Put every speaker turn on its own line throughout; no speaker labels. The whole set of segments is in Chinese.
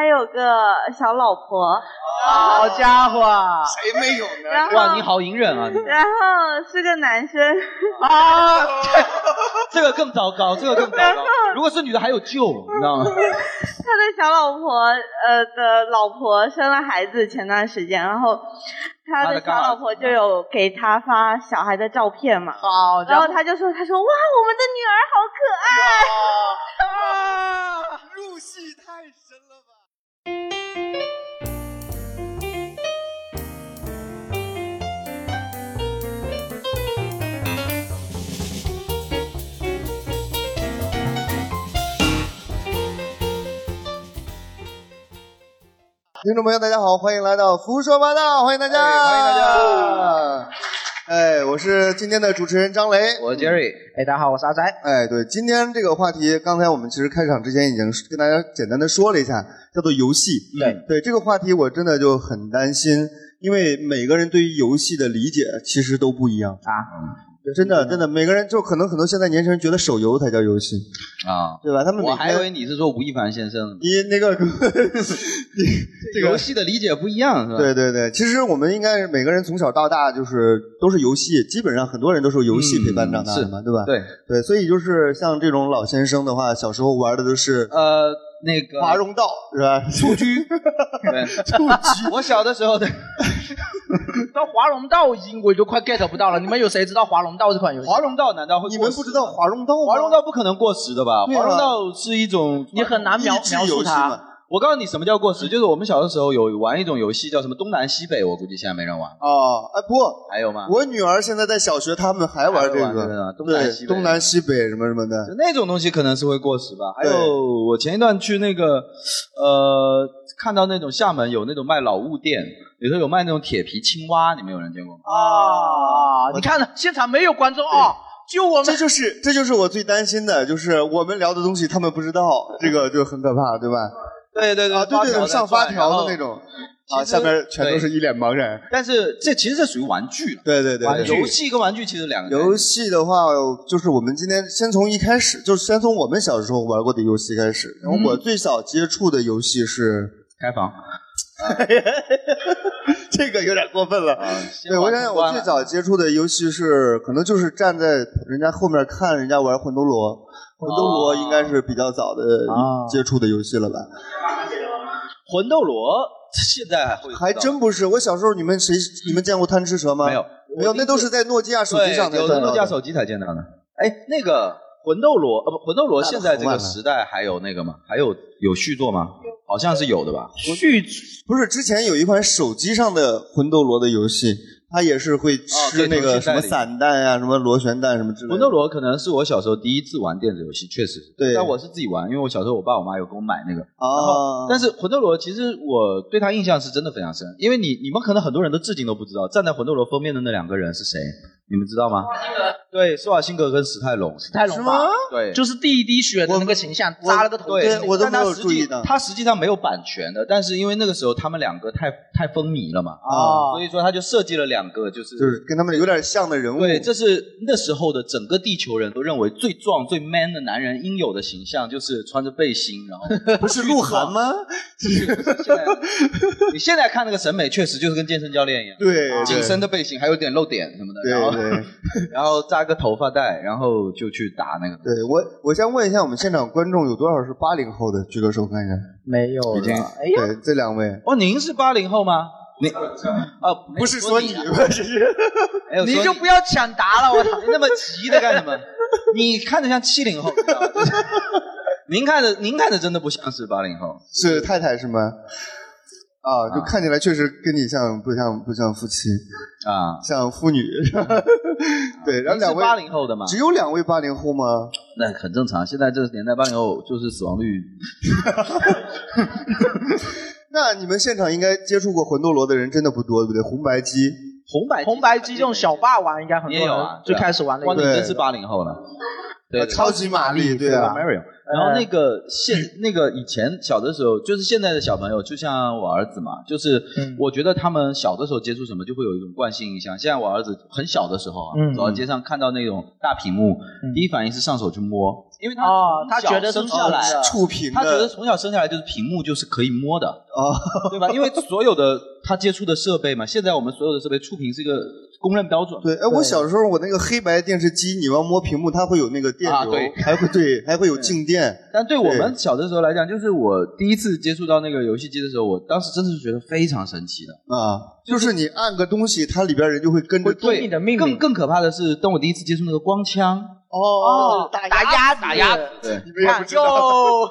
还有个小老婆，
好家伙！
啊
谁没有呢？
然后
哇，你好隐忍啊！你
然后是个男生，
啊，这这个更糟糕，这个更糟
然
糕
后。
如果是女的还有救，你知道吗？
他的小老婆呃的老婆生了孩子，前段时间，然后他
妈
的
的
小
干儿子
老婆就有给他发小孩的照片嘛，
好
然
家
后
伙！
他就说，他说哇，我们的女儿好可爱。
啊，入戏太深了吧？
听众朋友，大家好，欢迎来到《胡说八道》，欢迎大家，
哎欢迎大
家。哎，我是今天的主持人张雷。
我是 Jerry，哎，大家好，我是阿宅。
哎，对，今天这个话题，刚才我们其实开场之前已经跟大家简单的说了一下，叫做游戏。
嗯对
对，这个话题我真的就很担心，因为每个人对于游戏的理解其实都不一样
啊。
对真的，真的，每个人就可能很多现在年轻人觉得手游才叫游戏，
啊，
对吧？他们每
我
天
还以为你是说吴亦凡先生，
你 那个你这个
游戏的理解不一样是吧？
对对对，其实我们应该是每个人从小到大就是都是游戏，基本上很多人都是由游戏陪伴长大的嘛，对吧？
嗯对，
对，所以就是像这种老先生的话，小时候玩的都是
呃，那个
华容道，是吧？蹴 鞠，
对，我小的时候的，
到华容道已经我就快 get 不到了，你们有谁知道华容道这款游戏？
华容道难道会过
你
时
们不知道华容道吗？
华容道不可能过时的吧？
对啊
华容道是一种
你很难描
益智
描
游
述
戏
它。
嘛？
我告诉你什么叫过时，就是我们小的时候有玩一种游戏叫什么东南西北，我估计现在没人玩，
哦，哎，不，
还有吗？
我女儿现在在小学，他们还玩这
还玩这个
个
呢，东南西
对，
北
东南西北什么什么的，
就那种东西可能是会过时吧。还
对
有我前一段去那个呃，看到那种厦门有那种卖老物店，里头有卖那种铁皮青蛙，你们有人见过吗？
啊！你看呢，现场没有观众哦，就我
这
们
就是这就是我最担心的，就是我们聊的东西他们不知道，这个就很可怕，对吧？
对对对
啊，对对对，上发条的
发条在
那。
转然后
种，
其实
啊，下边全都是一脸茫然。
哦但是这其实这属于玩具了，
对对对，
玩
对
游戏跟玩具其实两个概念
游戏的话，就是我们今天先从一开始，就是先从我们小时候玩过的游戏开
嗯
始。然后我最早接触的游戏是，
开房。
这个有点过分了。对，我想
啊
想，我最早接触的游戏是，可能就是站在呃人家后面看人家玩魂斗罗，魂斗
哦
罗应该是比较早的呃
啊
接触的游戏了吧？
魂斗罗现在还会
还真不是，我小时候你们谁你们见过贪吃蛇吗？
没有，
没有，那都是在诺基亚手机
对，
上才
有
看到
的
的。
诺基亚手机才见到的。哎，那个魂斗罗，呃，不，魂斗罗现在这
那
个
都好慢了
时代还有那个吗？还有有续作吗？好像是有的吧。
续
不是，之前有一款手机上的魂斗罗的游戏，它也是会吃
哦对
那个
游戏
什
带
么
里
散弹呀、什么螺旋弹什么之类的。
魂斗罗可能是我小时候第一次玩电子游戏，确实是。
对
但我是自己玩，因为我小时候我爸我妈有给我买那个。
啊，
但是魂斗罗其实我对它印象是真的非常深，因为你你们可能很多人都至今都不知道，站在魂斗罗封面的那两个人是谁，你们知道吗？对，施瓦辛格跟史泰龙。
泰龙吧，
对，
就是第一滴血的那个形象，扎了个头
对
巾，，
我都
但他
没有
实
注意
际
到
他实际上没有版权的，但是因为那个时候他们两个太太风靡了嘛，
啊
所以说他就设计了两个，就是
就是跟他们有点像的人物。
对，这是那时候的整个地球人都认为最壮、最 man 的男人应有的形象，就是穿着背心， 然后
不是鹿 晗吗？
现在你现在看那个审美，确实就是跟健身教练一样。
对，对
紧身啊的背心，还有点露点什么的，
对
然后
对
然后扎个头发带，然后就去打那个。
对，我我先问一下我们现场观众有多少是八零后的？举个手看一下。
没有
已经
了。哎呀，
对，这两位
哦，您是八零后吗？您啊，
不是说你， 不是是
哎呦，
你
说
就不要抢答了，我操！
那么急的干什么？你看着像七零后，你知道吗就是您看着您看着真的不像是八零后。
是太太是吗？啊，就
啊
看起来确实跟你像不像不像夫妻，
啊，
像父女。 对，然后两位
八零后的嘛，
只有两位八零后吗？
那很正常。现在这个年代，八零后就是死亡率。
那你们现场应该接触过魂斗罗的人真的不多，对不对？红白机，
红白
红白机这种小霸王应该很
你
多
也有啊
人，最开始玩的
哇，
一
你
个
对
真是八零后了。对，
呃超级玛丽，对
对
啊
吧？
吧
Mario，然后那个现那个以前小的时候，就是现在的小朋友，就像我儿子嘛，就是我觉得他们小的时候接触什么，就会有一种惯性影响。现在我儿子很小的时候啊，
嗯
走到街上看到那种大屏幕，第一反应是上手去摸，因嗯为他
哦，他
小
觉得是
生下来
自己的
触屏
他觉得
的
从小生下来就是屏幕就是可以摸的，
啊，
对吧？因为所有的他接触的设备嘛，现在我们所有的设备触屏是一个公认标准。
对，哎，我小时候我那个黑白电视机，你要摸屏幕，它会有那个电
啊
流
对，
还会对，还会有静电。
但对我们小的时候来讲，就是我第一次接触到那个游戏机的时候，我当时真的是觉得非常神奇的。
啊，就是你按个东西，它里边人就会跟着动。
对，更更可怕的是，当我第一次接触那个光枪，
哦，
打鸭子，打鸭子，
对，
你们也不知道。
哟，
哦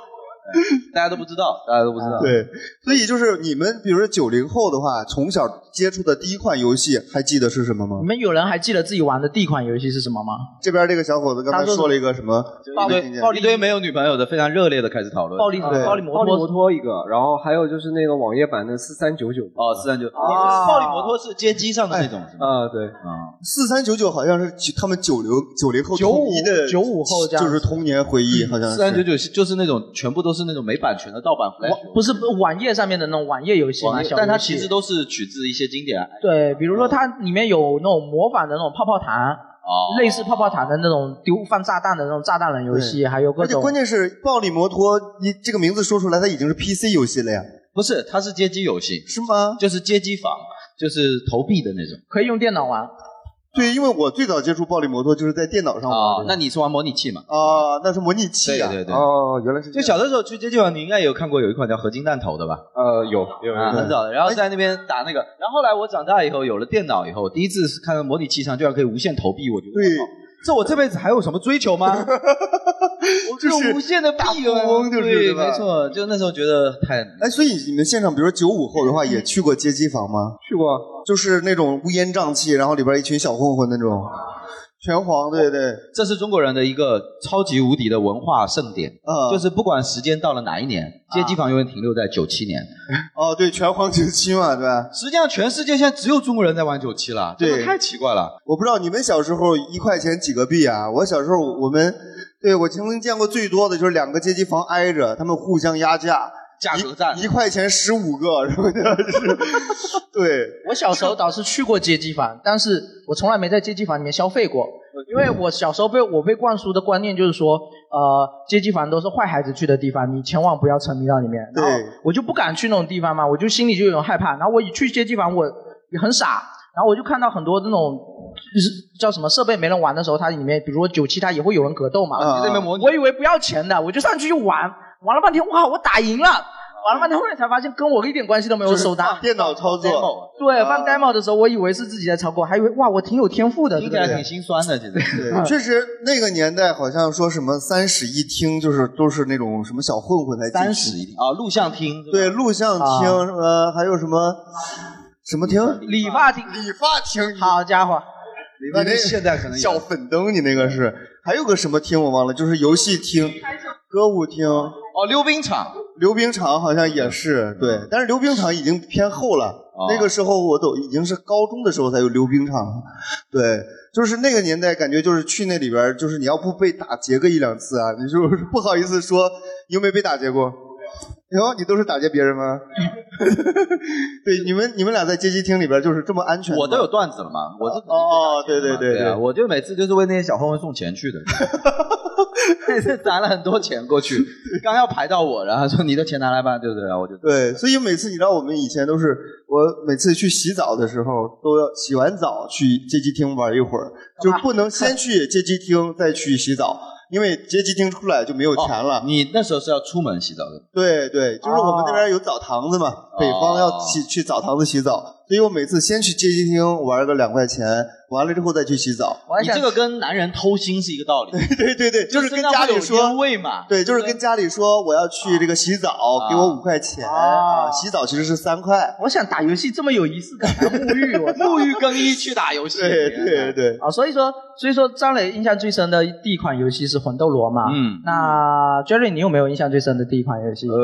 大家都不知道，大家都不知道。，
对，所以就是你们，比如说九零后的话，从小接触的第一款游戏，还记得是什么吗
你？们有人还记得自己玩的第一款游戏是什么吗？
这边这个小伙子刚才
他说
说了一个什么？
一
啊
没
堆
听见
一堆没有女朋友的非常热烈的开始讨论。
暴力
对
暴力摩
暴力摩
托，
托一个，然后还有就是那个网页版的四三九九
哦，四三九，
啊哎
暴力摩托是街机上的那种是吗？
啊，对，
啊，
四三九九好像是九他们九零九零后统一的
95 95后这样
就是
子
童年回忆，好
嗯
像
四三九
是。
九就是那种全部都是那种没版权的盗版 flash 游戏
哎不是网页上面的那种网页游戏嘛
网，页
小
但它
游戏
其实都是取自一些经典啊
对，比如说它里面有那种模仿的那种泡泡糖，
哦，
类似泡泡糖的那种丢放炸弹的那种炸弹人游戏，还有各
而且
种
关键是《暴力摩托》，你这个名字说出来，它已经是 PC 游戏了呀，
不是，它是街机游戏，
是吗？
就是街机房，就是投币的那种
可以用电脑玩。
对，因为我最早接触《暴力摩托》就是在电脑上玩
哦，
的。
那你是玩模拟器嘛？
啊，那是模拟器
对
啊！
对对。
哦，原来是这
就
样
小的时候去街机房，你应该有看过有一款叫合金弹头的吧？
呃，有有
啊，
有
很早的。
哎
然后在那边打那个，然后后来我长大以后有了电脑以后，第一次是看到模拟器上居然可以无限投币，我觉得
对
我靠这我这辈子还有什么追求 吗？我
就是
这无限的币啊
大富翁就是
对，
对吧
没错，就那时候觉得太
哎，所以你们现场，比如九五后的话，也去过街机房吗？
去过，
就是那种乌烟瘴气，然后里边一群小混混那种，拳皇，对对，
这是中国人的一个超级无敌的文化盛典，
啊，
就是不管时间到了哪一
嗯
年，街机房永远停留在九七年。
哦，对，拳皇九七嘛，对吧？
实际上，全世界现在只有中国人在玩九七了，
对
真的太奇怪了。
我不知道你们小时候一块钱几个币啊？我小时候我们，对我曾经见过最多的就是两个街机房挨着，他们互相压价，
价格战
一一块钱十五个 什么的，就是 对，
我小时候倒是去过街机房，但是我从来没在街机房里面消费过，
嗯
因为我小时候被我被灌输的观念就是说，呃，街机房都是坏孩子去的地方，你千万不要沉迷到里面。然后
对
我就不敢去那种地方嘛，我就心里就有种害怕。然后我一去街机房，我也很傻，然后我就看到很多那种就是叫什么设备没人玩的时候，它里面比如说九七，它也会有人格斗嘛，
啊
那边模拟
我以为不要钱的，我就上去就玩，玩了半天，哇，我打赢了，玩了半天，后来才发现跟我一点关系都没有，手拿
电脑操作，
demo
对，
啊
放
呃
demo 的时候，我以为是自己在操控，还以为哇，我挺有天赋的，
听
对
起
不
来挺
对？
心酸的，其实。
对，嗯确实那个年代好像说什么三室一厅，就是都是那种什么小混混才
三
进去
十一定啊，录像厅是吧
对，录像厅
啊
什么，还有什么什么厅？
理发厅，
理发厅。
好家伙，
你
那
那
你现在可能有
小粉灯，你那个是还有个什么厅我忘了，就是游戏厅、歌舞厅、
哦，溜冰场
溜冰场好像也是对，
嗯
但是溜冰场已经偏后了。
哦
那个时候我都已经是高中的时候才有溜冰场，对，就是那个年代感觉就是去那里边儿，就是你要不被打劫个一两次啊，你就是 不好意思说你有没有被打劫过。哟，你都是打劫别人吗？ 对，你们你们俩在街机厅里边就是这么安全的吗？
我都有段子了嘛，我是
哦，对对对
对啊，我就每次就是为那些小混混送钱去的，每次攒了很多钱过去，刚要排到我，然后说你的钱拿来吧，对不对？然啊后我就
对，所以每次你知道我们以前都是，我每次去洗澡的时候都要洗完澡去街机厅玩一会儿，就不能先去街机厅再去洗澡，因为街机厅出来就没
哦
有钱了。
你那时候是要出门洗澡的，
对对，就是我们那边有澡堂子嘛，北方要
哦
洗去澡堂子洗澡，所以我每次先去街机厅玩个两块钱，完了之后再去洗澡。
我还
你
想
这个跟男人偷腥是一个道理，
对对对， 就是跟家里
身上会有烟
说。
味嘛，
对，就是跟家里说我要去这个洗澡，
啊
给我五块钱
啊
啊。洗澡其实是三块。
我想打游戏这么有仪式感，还沐浴，我操
沐浴更衣去打游戏，
对对对，
啊！所以说，所以说张磊印象最深的第一款游戏是《魂斗罗》嘛。
嗯
那 Jerry，你有没有印象最深的第一款游戏？
呃，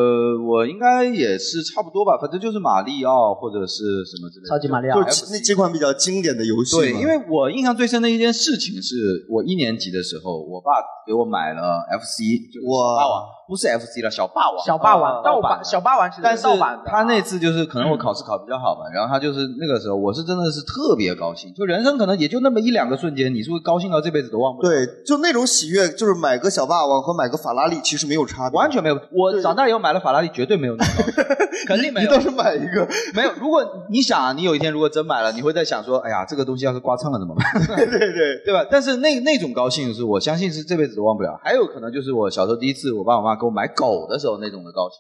我应该也是差不多吧，反正就是马里奥或者是什么之类的。
超级马里奥
就
对
是那几款比较经典的游戏嘛。
对，因为为我印象最深的一件事情是，我一年级的时候，我爸给我买了 FC，就是小霸王，不是 FC 了，小霸王，啊
小霸王盗
呃版
版，小霸王其实
但是
盗版的啊嗯
他那次就是可能我考试考得比较好吧，然后他就是那个时候，我是真的是特别高兴，就人生可能也就那么一两个瞬间，你是会高兴到这辈子都忘不了。
对，就那种喜悦，就是买个小霸王和买个法拉利其实没有差别，
完全没有。我长大以后买了法拉利，绝对没有那么 高兴，肯定没
你
有。
倒是买一个，
没有。如果你想啊，你有一天如果真买了，你会在想说，哎呀，这个东西要是刮蹭了怎么办？
对对对，
对吧？但是那那种高兴是我相信是这辈子都忘不了。还有可能就是我小时候第一次我爸我妈给我买狗的时候那种的高兴。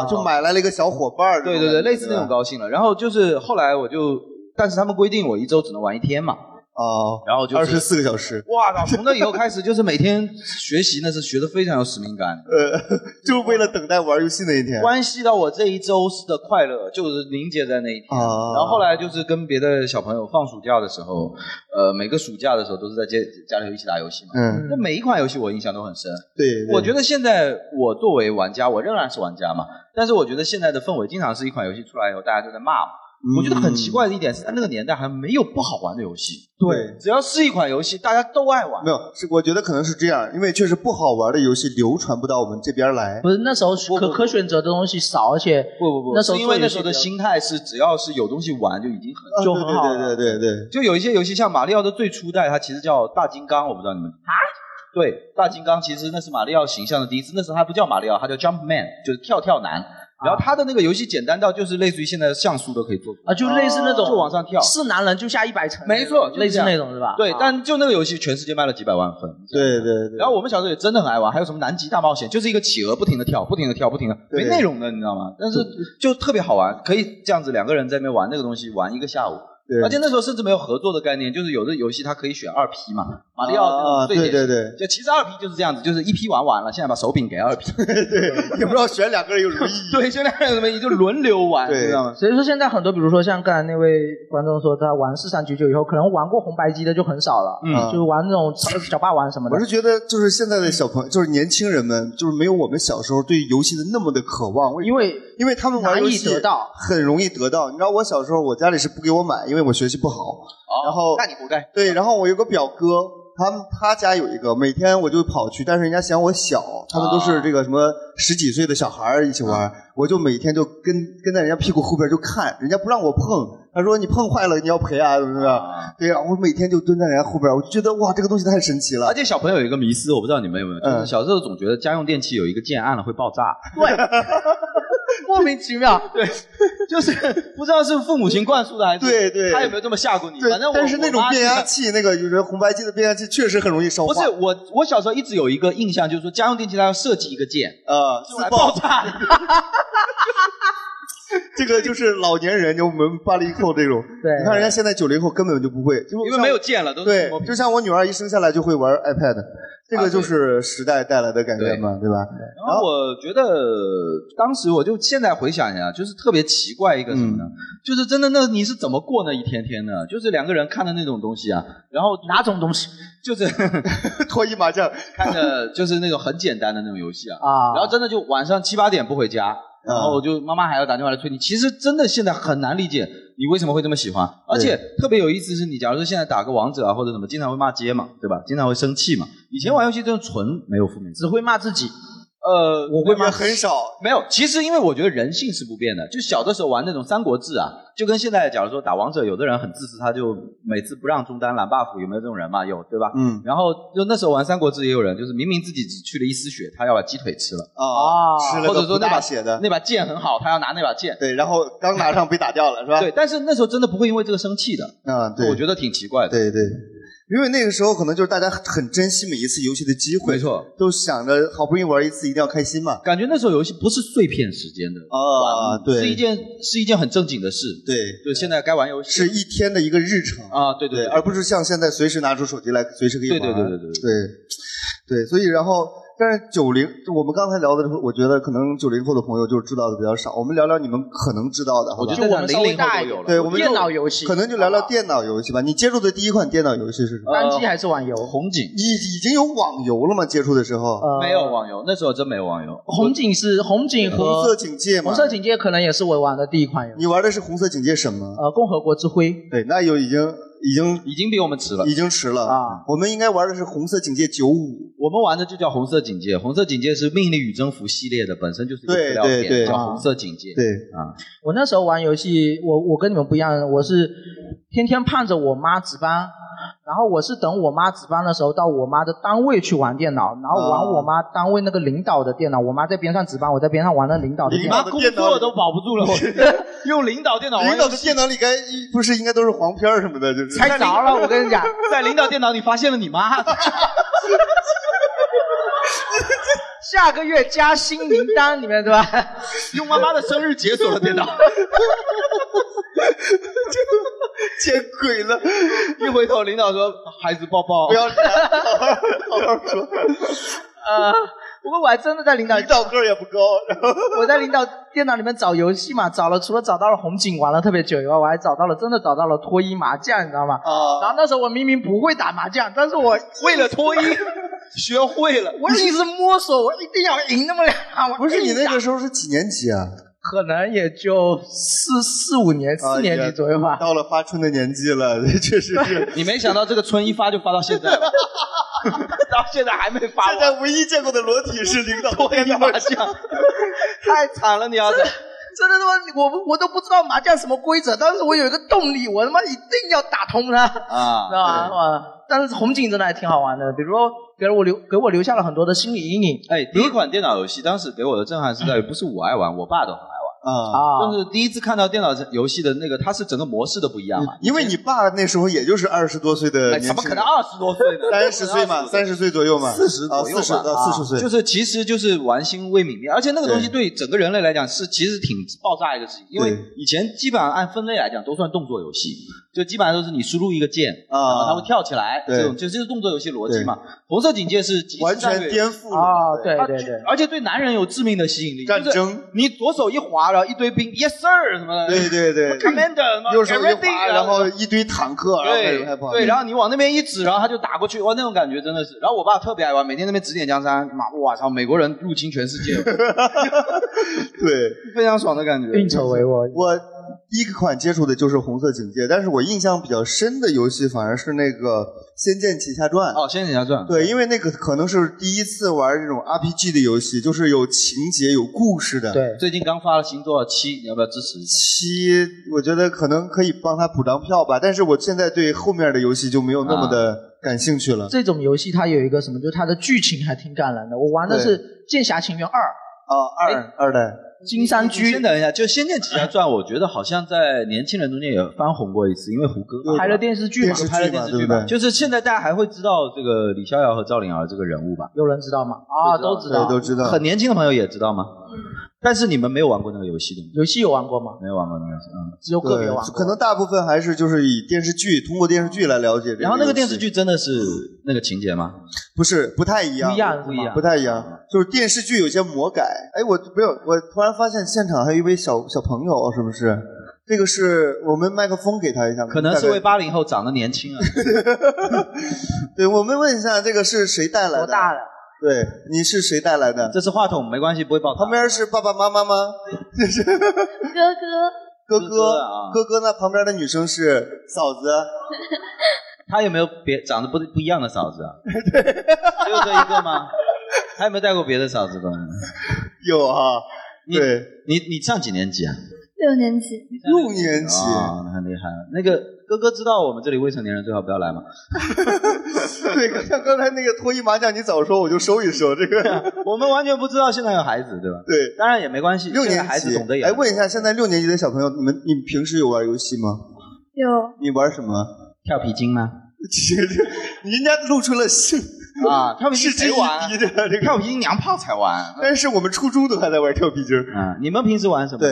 啊，就买来了一个小伙伴儿，
对对对，类似那种
高
高兴了。然后就是后来我就，但是他们规定我一周只能玩一天嘛，
啊，
然后就
二
是
十四个小时，
哇靠！从那以后开始，就是每天学习那是学的非常有使命感，
呃，就为了等待玩游戏那一天
关系到我这一周的快乐，就是凝结在那一天。
啊。
然后后来就是跟别的小朋友放暑假的时候，呃，每个暑假的时候都是在家家里一起打游戏嘛。
嗯，
那每一款游戏我印象都很深。
对，
我觉
得
得现在我作为玩家，我仍然是玩家嘛，但是我觉得现在的氛围经常是一款游戏出来以后，大家就在骂嘛。我觉得很奇怪的一点是在那个年代还没有不好玩的游戏，
对。
只要是一款游戏，大家都爱玩
没。有，是我觉得可能是这样，因为确实不好玩的游戏流传不到我们这边来。
不是那时候可可选择的东西少，而且
不不不，
那时候
是因为
做
那
游戏
时候的
比较
心态是，只要是有东西玩就已经很。
啊
就很好
对
了
对对对对，
就有一些游戏，像马里奥的最初代，它其实叫大金刚，我不知道你们啊。对，大金刚其实那是马里奥形象的第一次，那时候还不叫马里奥，它叫 Jump Man，就是跳跳男。然后它的那个游戏简单到就是类似于现在的像素都可以做出来，
啊，就类似那种
哦就往上跳。
是男人就下一百层，
没错就是
类似
这样
那种是吧？
对
啊，
但就那个游戏全世界卖了几百万份。
对对对。
然后我们小时候也真的很爱玩，还有什么南极大冒险，就是一个企鹅不停的跳，不停的跳，不停的，
对
没内容的，你知道吗？但是就特别好玩，可以这样子两个人在那边玩那个东西玩一个下午。
对
而且那时候甚至没有合作的概念，就是有的游戏它可以选二 P 嘛，马里奥
啊，
这种最
对
典
对
型。
对，
就其实二 P 就是这样子，就是一 P 玩完了，现在把手柄给二 P，
也不知道选两个人有什么意义。
对，现在还有什么就轮流玩，
对
你知道吗？
所以说现在很多，比如说像刚才那位观众说，他玩四三九九以后，可能玩过红白机的就很少了，
嗯
啊就是玩那种小小霸王什么的
我是。觉得，就是现在的小朋友，就是年轻人们，就是没有我们小时候对游戏的那么的渴望，为
因为
因为他们玩
难
游
以
戏
得到，
很容易得到。你知道，我小时候我家里是不给我买，因为我学习不好。然后
哦那你活该。
对，然后我有个表哥，他们他家有一个，每天我就跑去，但是人家嫌我小，他们都
啊
是这个什么十几岁的小孩儿一起玩，我就每天就跟跟在人家屁股后边就看，人家不让我碰，他说你碰坏了你要赔啊，怎么怎么样。
啊
对呀、我每天就蹲在人家后边，我就觉得哇，这个东西太神奇了
而。且小朋友有一个迷思，我不知道你们有没有，就
嗯
是小时候总觉得家用电器有一个键按了会爆炸，
莫名其妙，
就是不知道是父母亲灌输的还是
对对
他有没有这么吓过你？
对
反正，我
但是那种
我妈
变
就
压
是
器，那个就是红白机的变压器，确实很容易烧
不
化。
是我，我小时候一直有一个印象，就是说家用电器它要设计一个键
呃，
用来
自
爆
爆，
炸。
这个就是老年人，就我们八零后这种。
对
你看人家现在九零后根本就不会，
因为没有键了，都是触
对
摸，屏
就像我女儿一生下来就会玩 iPad，这
啊
个就是时代带来的感觉嘛，对吧？
然后我觉得当时我就现在回想一下，就是特别奇怪一个什么
嗯
呢？就是真的那你是怎么过那一天天的？就是两个人看着那种东西啊，然后
哪种东西
就是
脱衣麻将，
看着就是那种很简单的那种游戏啊，
啊？
然后真的就晚上七八点不回家，
嗯
然后就妈妈还要打电话来催你。其实真的现在很难理解你为什么会这么喜欢，而且特别有意思是你，假如说现在打个王者啊或者什么，经常会骂街嘛，对吧？经常会生气嘛。以前玩游戏就是纯没有负面，
只会骂自己，
呃，
我会
也
骂自己
很少。
没有。其实因为我觉得人性是不变的，就小的时候玩那种三国志啊，就跟现在假如说打王者，有的人很自私，他就每次不让中单蓝 buff，有没有这种人嘛？有，对吧？
嗯
然后就那时候玩三国志也有人，就是明明自己只去了一丝血，他要把鸡腿吃了。
啊，吃了
或
个
者说
不
那把
大血的，
那把剑很好，他要拿那把剑。
对，然后刚拿上被打掉了，是吧？
对，但是那时候真的不会因为这个生气的，
啊，对，
我觉得挺奇怪的。
对对，因为那个时候可能就是大家很珍惜每一次游戏的机会，
没，错，
都想着好不容易玩一次，一定要开心嘛。
感觉那时候游戏不是碎片时间的，
啊，对，
是一件是一件很正经的事。
对，
就现在该玩游戏
是一天的一个日程，
啊，对
对，
对，
而不是像现在随时拿出手机来，随时可以
对
玩。
对对对
对
对对。
对所以然后，但是九零，就我们刚才聊的时候，我觉得可能九零后的朋友就知道的比较少，我们聊聊你们可能知道的，好
我
吧
觉？
就
得
我们
零零
稍微大
后都
一
有
点
了。
对我们就
电脑游戏
可能就聊聊电脑游戏吧。你接触的第一款电脑游戏是什么？
呃
啊单机还是网游？
红警
你已经有网游了吗？接触的时候，
呃
没有网游，那时候真没有网游。
红警是红警和
红色警戒嘛。
红色，警戒可能也是我玩的第一款游戏。
你玩的是红色警戒什么？
呃，共和国之辉
对，那有已经已经
已经比我们迟了，
已经迟了
啊！
我们应该玩的是红色警戒九五，
我们玩的就叫红色警戒，红色警戒是命令与征服系列的，本身就是一个
对
资料
对对啊
片，叫红色警戒。
对，
啊，
我那时候玩游戏，我我跟你们不一样，我是天天盼着我妈值班，然后我是等我妈值班的时候到我妈的单位去玩电脑，然后玩我妈单位那个领导的电脑，我妈在边上值班，我在边上玩那领导的
领
电
导
脑。
妈
的
工
电脑
作都保不住了，我 用领导电脑玩
领导的电脑里该不是应该都是黄片儿什么的，就是
猜着了，我跟你讲，
在领导电脑里发现了你妈，
下个月加薪名单里面对吧？
用妈妈的生日解锁了 电脑，
见鬼了！
一回头领导说孩子抱抱，
不要脸，好好好好说，
呃，不过我还真的在领导
领导个儿也不高，然后
我在领导电脑里面找游戏嘛，找了除了找到了红警玩了特别久以外，我还找到了真的找到了脱衣麻将，你知道吗？然
啊，
后那时候我明明不会打麻将，但是我
为了脱衣学会了。
我一直摸索，我一定要赢那么两把。我
不是你
硬
那
打
个时候是几年级啊？
可能也就四四五年、
啊
四年级左右 吧。
到了发春的年纪了， 确实是。
你没想到这个春一发就发到 现在了，到现在还没发完，
现在唯一见过的裸体是领导
脱衣麻 将，太惨了，你要子。
真的他妈，我不我都不知道麻将什么规则，但是我有一个动力，我他妈一定要打通它，知
啊
道吗？哇但是红警真的还挺好玩的，比如说给我留给我留下了很多的心理阴影
哎，第一款电脑游戏当时给我的震撼是在于，不是我爱玩，我爸都很爱玩。
啊。
啊。
就是第一次看到电脑游戏的那个，它是整个模式的不一样嘛。
因为你爸那时候也就是二十多岁的
哎
嗯年轻
怎
人，
么可能二十多岁呢？
三十岁嘛，三
十
十岁左右嘛，啊
四十左右吧啊
四十到四十岁，
就是其实就是玩心未泯灭，而且那个东西对整个人类来讲是其实挺爆炸一个事情，因为
对
以前基本上按分类来讲都算动作游戏，就基本上都是你输入一个键，然后它
啊
会，跳起来，
对
这种就就是动作游戏逻辑嘛。红色警戒是即时
完
战
全
略
颠覆
啊，对
它
对
去
对，
而且对男人有致命的吸引力。
战
就是
争，
你左手一滑，然后一堆兵，yes sir 什么的，
对对对，
，commander 什么
右手一
get ready，
滑，然后一堆坦克，然后开始
对
害怕，
对，然后你往那边一指，然后他就打过去，哇，那种感觉真的是。然后我爸特别爱玩，每天那边指点江山，妈，我操，美国人入侵全世界，
对，
非常爽的感觉。
运筹帷幄。
我第一款接触的就是红色警戒，但是我印象比较深的游戏反而是那个《仙剑奇侠传》。
哦，仙剑奇侠传，
对，因为那个可能是第一次玩这种 RPG 的游戏，就是有情节、有故事的。，
对，
最近刚发了新作七，你要不要支持一下？
七，我觉得可能可以帮他补张票吧，但是我现在对后面的游戏就没有那么
啊
的感兴趣了。
这种游戏它有一个什么，就是它的剧情还挺感人的。我玩的是《剑侠情缘二》，
啊，二
哎
二代，
金山
你
居
先等一下，就《仙剑奇侠传》，我觉得好像在年轻人中间也翻红过一次，因为胡歌嘛
拍了电视剧嘛
电视，
拍了电视剧嘛
对不对
就是现在大家还会知道这个李逍遥和赵灵儿这个人物吧？
有人知道吗？啊，都知
对，
道
都。知道。
很年轻的朋友也知道吗？但是你们没有玩过那个游戏的，
游戏有玩过吗？
嗯没有玩过那个游戏。嗯。
只有个别
对
玩，过。
可能大部分还是就是以电视剧，通过电视剧来了解这个游戏。
然后那个电视剧真的是那个情节吗？
不是不太一样，
不一样
不一样
不太一样，就是电视剧有些魔改。哎，我没有，我突然发现现场还有一位小小朋友，是不是？这个是我们麦克风给他一下，
可能是
大概
为八零后长得年 轻啊。
对，我们问一下，这个是谁带来的？
多大？了？
对，你是谁带来的？
这是话筒，没关系，不会爆
旁
边
边是爸爸妈妈吗？
哥哥，
哥
哥
哥
哥啊
哥哥，那旁边的女生是嫂子，
他有没有别长得不不一样的嫂子 啊？只有这一个 吗？还有没有带过别的嫂子过来？
有啊，
你
对，
你你上几年级啊？
六年级，
六年级，
啊，那很厉害。那个哥哥知道我们这里未成年人最好不要 来吗？
对，像刚才那个脱衣麻将，你早说我就收一收 这个，
我们完全不知道现在有孩子，对吧？
对。
当然也没关系，
六
现
年
在
级
孩子懂得也。
哎，问一下，现在六年级的小朋友，你们你们平时有玩游戏吗？
有
你玩什么？
跳皮筋吗？
其实你人家露出了是
啊，跳皮筋
嗤之
谁
以
玩啊
鼻？的这个，
跳皮筋娘炮才玩。
但是我们初中都还在玩跳皮筋儿，
啊，你们平时玩什么？
对，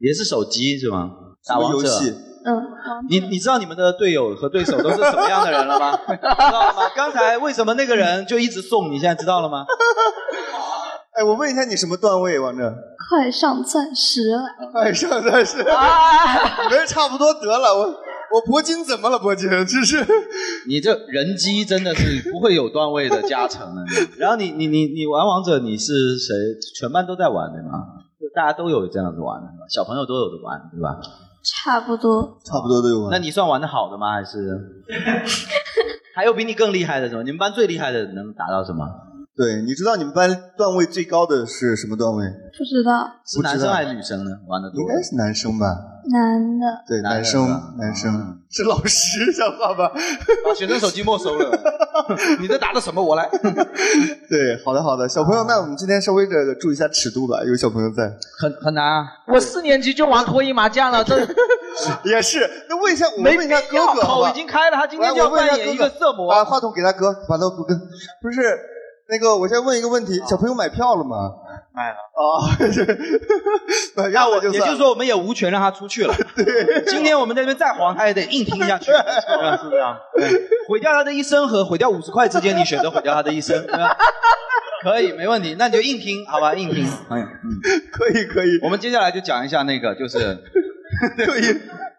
也是手机是吗？
什
打
么
王
游
者。
戏？
嗯，王
你你知道你们的队友和对手都是什么样的人了 吗？知道了吗？刚才为什么那个人就一直送？你现在知道了 吗？
哎，我问一下，你什么段位王者？
快上钻石了，
哎，上段是，
啊
你们差不多得了。我我铂金怎么了？铂金这是
你这人机真的是不会有段位的加成的。然后你你你你玩王者，你是谁？全班都在玩对吗？就大家都有这样子玩的，是吧小朋友都有的玩对吧？
差不多。
差不多都有吧。
那你算玩的好的吗？还是还有比你更厉害的是吗？你们班最厉害的能达到什么？
对，你知道你们班段位最高的是什么段位？
不知道
是男生还是女生呢？玩的多
应该是男生吧？
男的
对，
男
啊男
生
生
啊，
男生是老师像话吧？
把学生手机没收了， 你这打的什么？我来。
对，好的好的，小朋友，那我们今天稍微的注意一下尺度吧，有小朋友在。
很很难啊，
我四年级就玩脱衣麻将了，这
也是，那问一下，我
没
问一下哥哥好
口
吧
已经开了，他今天就要
我问一下
扮
哥
演一
哥
个色魔。
把话筒给他哥，把他哥不是那个，我先问一个问题，小朋友买票了吗？
买了
啊，是 买票我就
也就是
算。
说我们也无权让他出 去了。今天我们在这边再黄，他也得硬听 下去，
是的是的，
啊毁掉他的一生和毁掉五十块之间，你选择毁掉他的一生，对 吧？可以，没问题，那你就硬听，好吧，硬听。嗯嗯，
可以可以
我们接下来就讲一下那个，就是，
可以，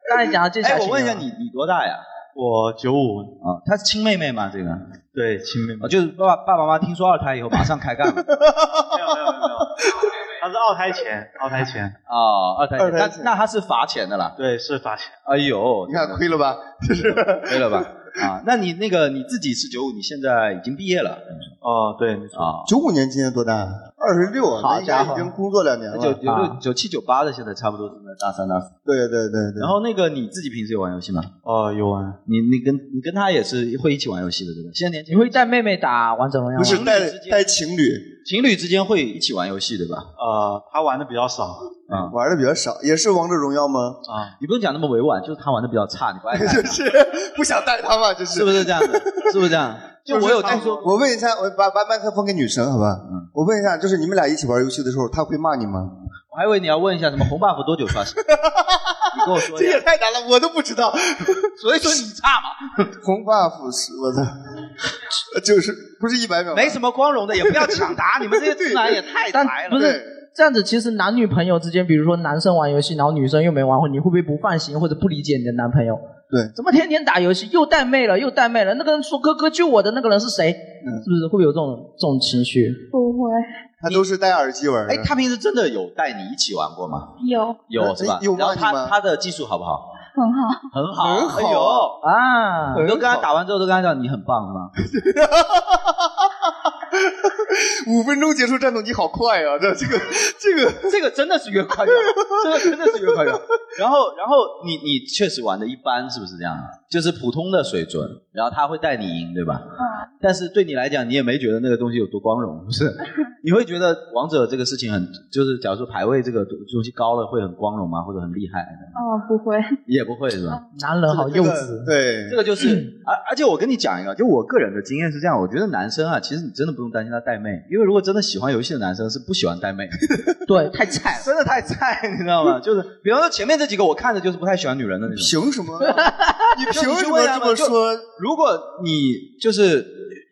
刚才讲到剑侠
哎，
情
我问
缘
一下
了
你，你多大呀？
我九五，
啊，她是亲妹妹吗？这个，
对，亲妹妹
啊，就是爸爸爸爸妈妈听说二胎以后马上开 干了
没有没有没有，他是二胎前，二胎前，
啊，二胎，
二胎
那那她是罚钱的啦。
对，是罚钱。
哎呦，
你看亏了吧？
亏了吧？啊，那你那个你自己是九五，你现在已经毕业了
哦，对，没错。
啊，
九五年今年多大？二十六，啊
好
那应该
家伙
已经工作两年
那九
了。
九六
啊
九七九八的现在差不多是在大三大四。
对对对对。
然后那个你自己平时有玩游戏吗？
哦，有啊，
你你跟你跟他也是会一起玩游戏的对吧？现在年轻
你会带妹妹打王者荣耀吗？
不是
情侣
带
之间
带情侣
情侣之间会一起玩游戏对吧？
呃，他玩的比较少
啊，
玩的比较少，也是王者荣 耀吗？
啊，
你不用讲那么委婉，就是他玩的比较差，你不爱看，
是不想带他嘛，就是
不是这样子？是不是这样？ 就我有听说，
我问一下，我把把麦克风给女生好吧？我问一下，就是你们俩一起玩游戏的时候，他会骂你吗？
我还以为你要问一下什么红 buff 多久 刷新，你跟我说一下，
太难了，我都不知道。
所以说你差 嘛，
红 buff 是我操，就是不是一百秒？
没什么光荣的，也不要抢答，你们这些直男也太
但
白了，
不
对
是这样子，其实男女朋友之间，比如说男生玩游戏，然后女生又没玩过，你会不会不放心或者不理解你的男朋友？
对，
怎么天天打游戏又带妹了又带妹了？那个人说哥哥救我的那个人是谁？是不是会不会有这种这种情绪？
不会
他都是戴耳机玩的。
哎，他平时真的有带你一起玩过吗？呃
有
有
嗯
是吧？
有
然后
骂你吗
他他的技术好不好？
很好，
很好，很
好
好。
啊，
你都跟他打完之后都跟他讲你很棒是吗？
五分钟结束战斗，你好快啊！这这个这个，
这个真的是越快越好，这个真的是越快越好。然后，然后你你确实玩的一般，是不是这样？就是普通的水准，然后他会带你赢，对吧？但是对你来讲，你也没觉得那个东西有多光荣，不是？你会觉得王者这个事情很，就是假如说排位这个东西高了，会很光荣吗？或者很厉害？
哦，不会，
也不会是吧？
男人好幼稚。
对
这，个就是，而而且我跟你讲一个，就我个人的经验是这样，我觉得男生啊，其实你真的不用担心他带妹，因为如果真的喜欢游戏的男生是不喜欢带妹，
对，太菜了。
真的太菜，你知道 吗？就是，比方说前面这几个，我看着就是不太喜欢女人的那种。
凭什么？啊 你凭
就你
什
去
么
问他
这么
们就
说？
如果你就是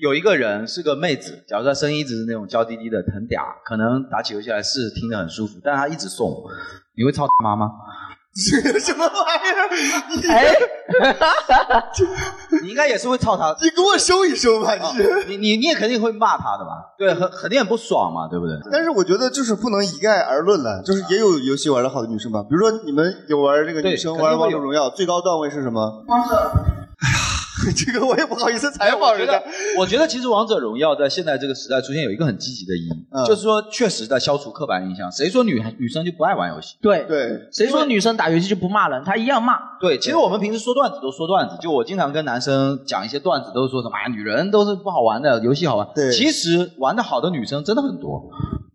有一个人是个妹子，假如说她声音一直是那种娇滴滴的，很嗲，可能打起游戏来是听得很舒服，但她一直送，你会操他妈吗？
什么玩意儿？
哎，
你应该也是会操她，
你给我收一收吧！你这。
你你你也肯定会骂她的吧？对，很肯定很不爽嘛，对不对？
但是我觉得就是不能一概而论了，就是也有游戏玩的好的女生吧，比如说你们有玩这个女生
对
玩王
肯定会
者
有
荣耀，最高段位是什么？王者。哎呀，这个我也不好意思采
我
访
觉
人
得
家。，
我觉得其实王者荣耀在现在这个时代出现有一个很积极的意义，
嗯
就是说确实在消除刻板印象。谁说女孩女生就不爱玩游戏？
对，
对，
谁说女生打游戏就不骂人？她一样骂。
对，其实我们平时说段子都说段子，就我经常跟男生讲一些段子，都是说什么啊，女人都是不好玩的，游戏好玩。
对
其实玩的好的女生真的很多，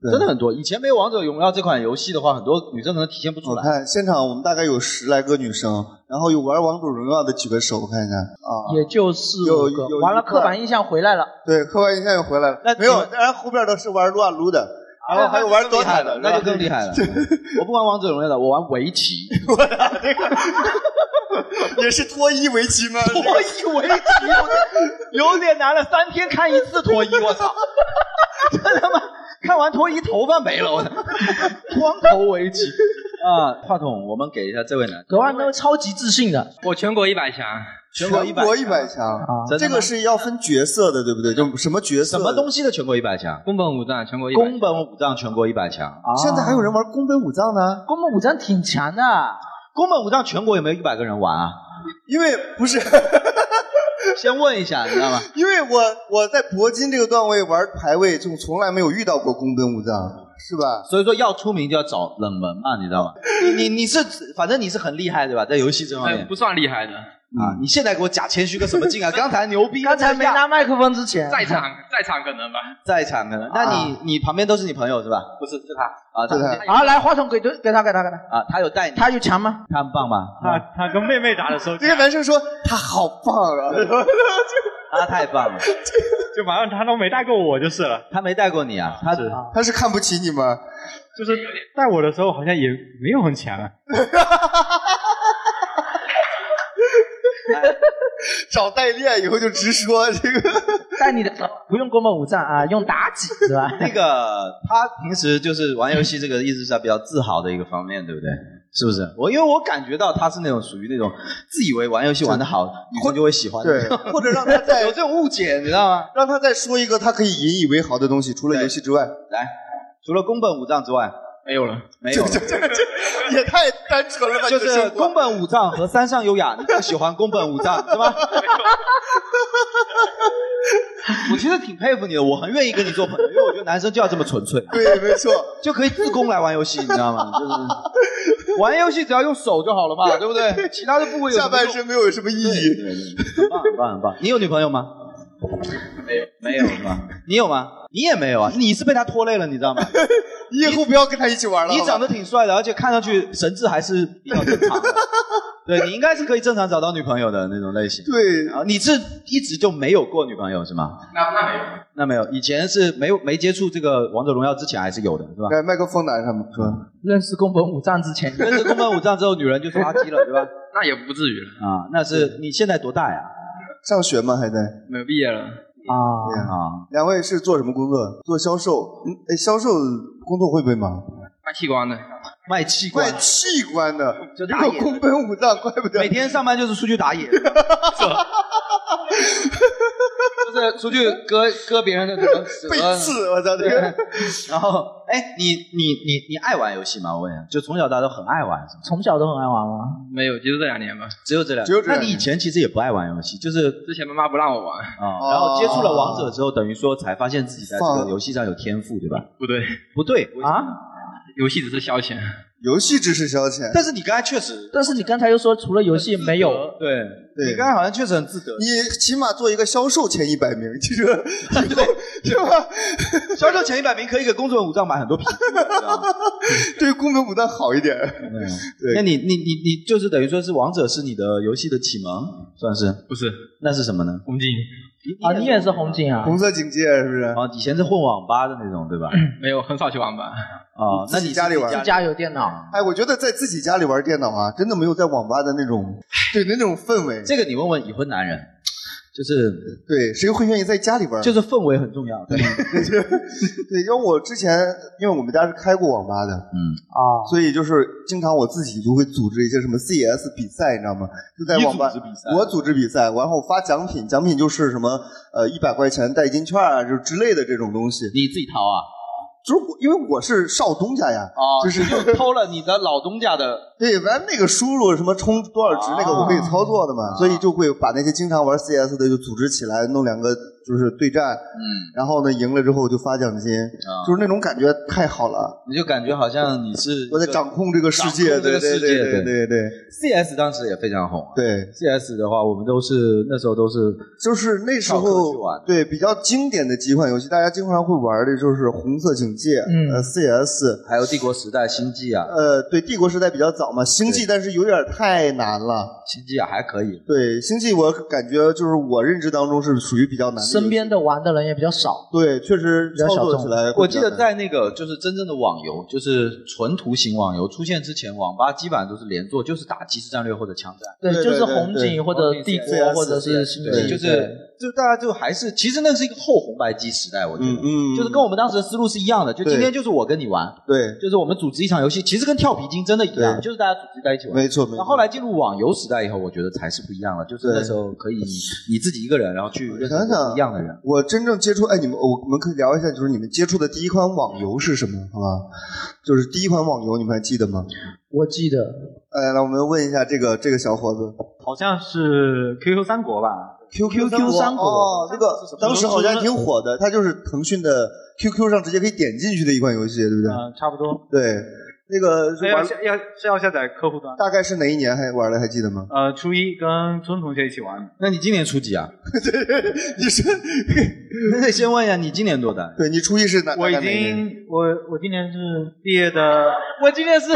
对
真的很多。以前没有王者荣耀这款游戏的话，很多女生可能体现不出
我
来。
看现场我们大概有十来个女生，然后有玩王者荣耀的举个手，我看一下啊。
也就是
有
五个
有一
完了，
块
刻板印象回来了。
对，刻板印象又回来了
那。
没有
你们，
当然后边都是玩撸啊撸的，然后还有玩多塔的，
那就更厉害了。 我不玩王者荣耀了，我玩围 棋。
是吧也是脱衣围棋吗？
脱衣围棋，我这有点难了，三天看一次脱衣，我操！ 真他妈看完脱衣头发没了，我操 光头围棋啊！话筒，我们给一下这位男，
格万都超级自信的，
我全国一百强，
全国一
全
百啊
国一百强，
真的
这
吗
个是要分角色的，对不对？就什么角色？
什么东西的全国一百强？
宫本武藏全国一百
宫本武藏全国一百强，
哦
啊
现在还有人玩宫本武藏呢？
宫本武藏挺强的，
宫本武藏全国有没有一百个人玩啊？
因为不是，
先问一下，你知道吗？
因为我我在铂金这个段位玩排位，就从来没有遇到过宫本武藏，是吧？
所以说要出名就要找冷门嘛，你知道吗？你你你是反正你是很厉害对吧？在游戏这方面、
哎不嗯算厉害的，
啊，你现在给我假谦虚个什么 劲啊？刚才牛逼，刚才没拿
麦克风之前
在场 在场可能吧，
在场的人，那你、你旁边都是你朋友是吧？
啊不是是他
啊，他
好，来话筒给对给他给他给他，
啊，他有带你，
他有强吗？
他很棒吧？啊
他他跟妹妹打的时候，
这个男生说他好棒啊，
他太棒了，
就反正他都没带过我就是了。
他没带过你啊？他
他是看不起你吗？
就是带我的时候好像也没有很强啊。
找代练以后就直说这个。
带你的不用宫本武藏啊，用妲己是 吧？
那个他平时就是玩游戏这个一直是他比较自豪的一个方面，对不对？是不是？我因为我感觉到他是那种属于那种自以为玩游戏玩的好，女生 就会喜欢的
对，或者让他在
有这种误解，你知道吗？
让他再说一个他可以引以为豪的东西，除了游戏 之外，
来，除了宫本武藏之外，
没有了。
没有了。
也太单纯了吧？
就
你的生
是
活
宫本武藏和三上优雅，你更喜欢宫本武藏 是吧？我其实挺佩服你的，我很愿意跟你做朋友，因为我觉得男生就要这么纯粹，
对，没错。
就可以自宫来玩游戏，你知道吗？就是玩游戏只要用手就好了 嘛，对不对？其他的部位有什
下
么
半
用
身没有什么意义。
很棒很棒很棒。你有女朋友吗？没有，没有是吧？你有吗？你也没有啊？你是被他拖累了，你知道 吗？
你以后不要跟他一起玩了。
你
好吧
长得挺帅的，而且看上去神智还是比较正常 的。对你应该是可以正常找到女朋友的那种类型。
对，
啊，你是一直就没有过女朋友是吗？
那那没有，
那没有，以前是没有没接触这个王者荣耀之前还是有的， 是吧？
来麦克风拿上吧，说。
认识宫本武藏之前，
认识宫本武藏之后，女人就刷机了，对吧？
那也不至于了，
啊，那是你现在多大呀？
上学吗？还在？
没有毕业了，
啊
对呀
啊，
两位是做什么工作？做销售。嗯，哎，销售工作会不会忙？
卖器官的，
卖器官
卖，器官的，
就打
有
野
宫本武藏，怪不得
每天上班就是出去打野，是吧 就是出去割割别人的可能蛇
被刺。我操，这个
然后，哎，你你你你爱玩游戏吗？我问一下，就从小到大都很爱玩，是吗？
从小都很爱玩吗？
没有，就是这两年吧。
只有这两，
只有这两
那你以前其实也不爱玩游戏，就是
之前妈妈不让我玩，
啊、
哦
然后接触了王者之后，等于说才发现自己在这
放
个游戏上有天赋，对吧？
不对，
不对啊，
啊？
游戏只是消遣。
游戏只是消遣。
但是你刚才确实
但是你刚才又说除了游戏没有，
对，
对
你刚才好像确实很自得。
你起码做一个销售前一百名，就是 对对吧？
销售前一百名可以给工作人武藏买很 多皮肤，你知道吗？
对宫本武藏好一点。
嗯
对
那你你你你就是等于说是王者是你的游戏的启蒙，算是？
不是
那是什么呢？
红警，
啊，你也是红警啊？
红色警戒是不是？
啊，以前是混网吧的那种，对吧？
没有，很少去玩吧。
啊，那
自己
你
家里
嗯
玩
自己
家有电脑，
哎，我觉得在自己家里玩电脑啊，真的没有在网吧的那种，对那种氛围。
这个你问问已婚男人，就是
对，谁会愿意在家里玩？
就是氛围很重要，对，
对，因为我之前因为我们家是开过网吧的，
嗯，
啊，
所以就是经常我自己就会组织一些什么 CS 比赛，你知道吗？就在网吧
你组织比赛
我组织比赛，然后发奖品，奖品就是什么呃一百块钱代金券啊，就之类的这种东西。
你自己掏啊，
就是我因为我是少东家呀，
哦，
就是
又偷了你的老东家的，
对，完了那个输入什么充多少值那个我可以操作的
哦
嘛，所以就会把那些经常玩 CS 的就组织起来，弄两个就是对战，
嗯，
然后呢赢了之后就发奖金，
啊
就是那种感觉太好了，
你就感觉好像你是
我在掌控这个世
掌
界，
控这个
对对
世
对
界
对对对
CS 当时也非常红啊
对，
，CS 的话我们都是那时候都是
就是那时
翘课去
候
玩
对比较经典的几款游戏，大家经常会玩的就是《红色警戒》
嗯
呃 CS。
还有帝国时代、星际啊，
呃，对，帝国时代比较早嘛，星际但是有点太难了。
星际啊还可以，
对，星际我感觉就是我认知当中是属于比较难的游戏。
身边的玩的人也比较少。
对，确实
较
操
小
作
众
起来会比较难。
我记得在那个就是真正的网游，就是纯图形网游出现之前，网吧基本上都是连坐，就是打即时战略或者枪战，
对，
对
就是
对对
红警或者帝
对
国
对
或者是星
对
际，
就是
对
就大家就还是，其实那是一个后红白机时代，我觉得，
嗯嗯
就是跟我们当时的思路是一样的，就
对
今天就是我跟你玩，
对，
就是我们组织一场游戏，其实跟跳皮筋真的一样，
对
就是大家组织在一起玩。
没错没
那
错。
后来进入网游时代以后，我觉得才是不一样了，就是
对
那时候可以你自己一个人，然后去认识
想想
不一样的人。
我真正接触，哎，你们我我们可以聊一下，就是你们接触的第一款网游是什么，好吧？就是第一款网游，你们还记得吗？
我记得
哎，来，我们问一下这个这个小伙子
好像是 QQ 三国吧？
，QQ
QQ 三国
哦，这个当时好像挺火的，它就是腾讯的 QQ 上直接可以点进去的一款游戏，对不对？
嗯，差不多。
对，那个是
所以要
玩，
下要是要下载客户端。
大概是哪一年还玩的还记得吗？
呃，初一跟春同学一起玩，
那你今年初几 啊？
你是？
那得 先问一下你今年多大
对你初一是哪？
我已
大概哪一年
经我我今年是毕业的，
我今天是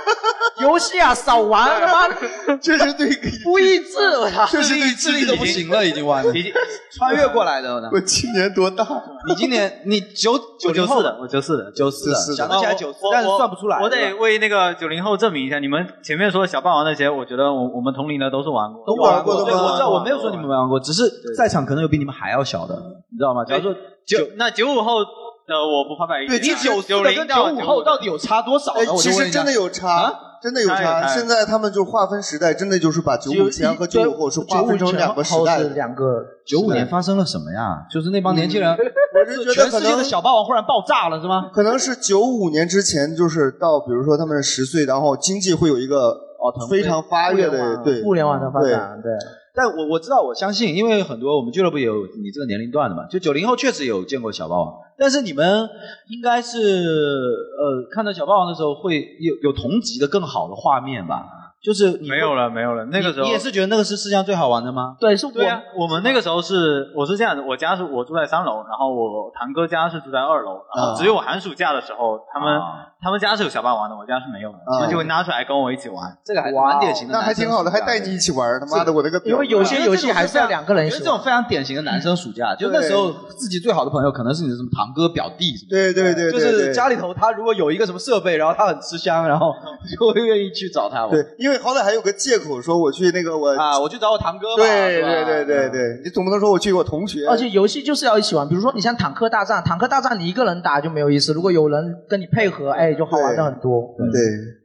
游戏啊，少玩他妈
这是对，
不益智，我操！
这是对智力的
都不行了，已经玩的
已 经
穿越过 来的呢。
我今年多大？
你今年你九九
我
零
九
后
四
的
的，我九四的。
九四的，
是的
想得起来
哦
九四
我，
但是
我
算不出来。
我得
对吧
为那个九零后证明一下，你们前面说的小霸王那些，我觉得我我们同龄的都是玩过，
都
玩
过，
过
对
都玩
我知道，
过
我没有说你们没玩过，只是在场可能有比你们还要小的，你知道吗？假
哎
如说
九那九五后的我不怕百一
对
点，
你九
九
的跟
零
九
到
五后
到
到底有差多少
哎
呢？，我
其
就问
实
一下啊
真的有差，真的有
差有
差。
差
现在他们就划分时代，真的就是把九五前和九五后是划分成两个时代
是
的。
两个
九五
时代
年发生了什么呀？就是那帮年
嗯
轻人，
我是觉得
全
可
世界
能
的小霸王忽然爆炸了，是吗？
可能是九五年之前，就是到比如说他们十岁，然后经济会有一个
哦
非常发
互
跃
联
的
网
对
互联网的发展，对，
但我我知道，我相信，因为很多我们俱乐部也有你这个年龄段的嘛，就九零后确实有见过小霸王，但是你们应该是呃看到小霸王的时候会有有同级的更好的画面吧？就是你
没有了没有了，那个时候
你也是觉得那个是世界上最好玩的吗？
对，是我
对啊，我们那个时候是我是这样子，我家是我住在三楼，然后我堂哥家是住在二楼，
啊
然后只有我寒暑假的时候，他们
啊
他们家是有小霸王的，我家是没有的，他
啊
们就会拿出来跟我一起玩。
这个还蛮典型的，
哦那还挺好的，还带你一。起玩儿。他妈的，我那个表
因为哦有些游戏啊还是要两个人
我
一
觉得
起
这
玩嗯
种。非常典型的男生暑假，就那时候自己最好的朋友可能是你的什么堂哥、表弟什么的。
对对对
就
对，
是
对
家里头他如果有一个什么设备，然后他很吃香，然后就会愿意去找他玩。
对，因为好歹还有个借口，说我去那个我
啊，我去找我堂哥吧。
对
是吧啊
对对对。对，你总不能说我去我同学，
而且游戏就是要一起玩，比如说你像坦克大战，坦克大战你一个人打就没有意思，如果有人跟你配合，哎，就好玩的很多。
嗯对，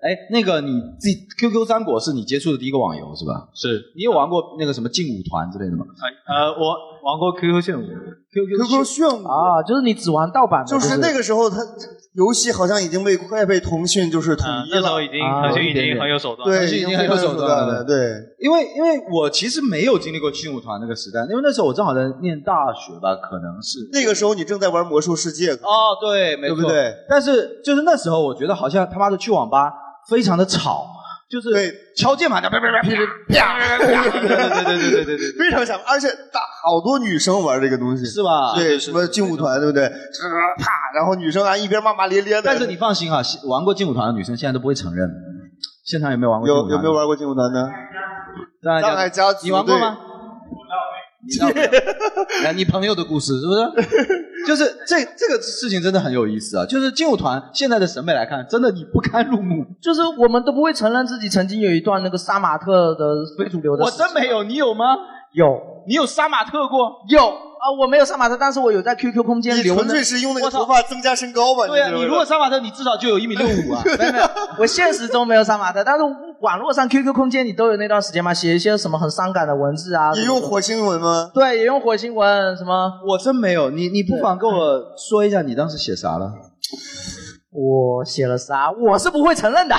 哎，那个你自己 QQ 三国是你接触的第一个网游是吧？
是，
你有玩过那个什么劲舞团之类的吗？
呃，我玩过 QQ 炫舞，
QQ 炫舞
啊，就是你只玩盗版的，
就是那个时候，它游戏好像已经被快被腾讯就是统
嗯，
一
那时候
了，
已经
啊
腾讯
有一
已
点点
经很有手段了，
对，
腾讯已经
非常
很有手段
段
了
对，
因为因为我其实没有经历过劲舞团那个时代，因为那时候我正好在念大学吧，可能是。
那个时候你正在玩魔兽世界，
哦，对，没
对
错，
不对？
但是就是那时候，我觉得好像他妈的去网吧非常的吵，就是
对
敲键盘的，啪啪啪啪
对对对对对对，
非常想，而且大好多女生玩这个东西，
是吧？
对，什么劲舞团，对不对？啪啪，然后女生啊还一边骂骂咧咧的。
但是你放心啊，现玩过劲舞团的女生现在都不会承认。现场有没有玩过劲舞
有
团？
有没有？玩过劲舞团呢？
当
上海家族，
你玩过吗？你倒没有 来，你朋友的故事是不是？就是 这这个事情真的很有意思啊！就是劲舞团现在的审美来看，真的你不堪入目。
就是我们都不会承认自己曾经有一段那个杀马特的非主流的啊
我
时期。
真没有，你有吗？
有
你有杀马特过？
有啊，我没有杀马特，但是我有在 QQ 空间
你
留
纯
呢。
粹是用那个
我操
头发增加身高吧？
对啊，
这
你
个
如果杀马特，你至少就有一米六五啊。
没有 没有，我现实中没有杀马特，但是网络上 QQ 空间你都有那段时间嘛，写一些什么很伤感的文字啊。
你
什么
用
的
火星文吗？
对，也用火星文什么？
我真没有，你你不妨跟我说一下你当时写啥了？
我写了啥？我是不会承认的。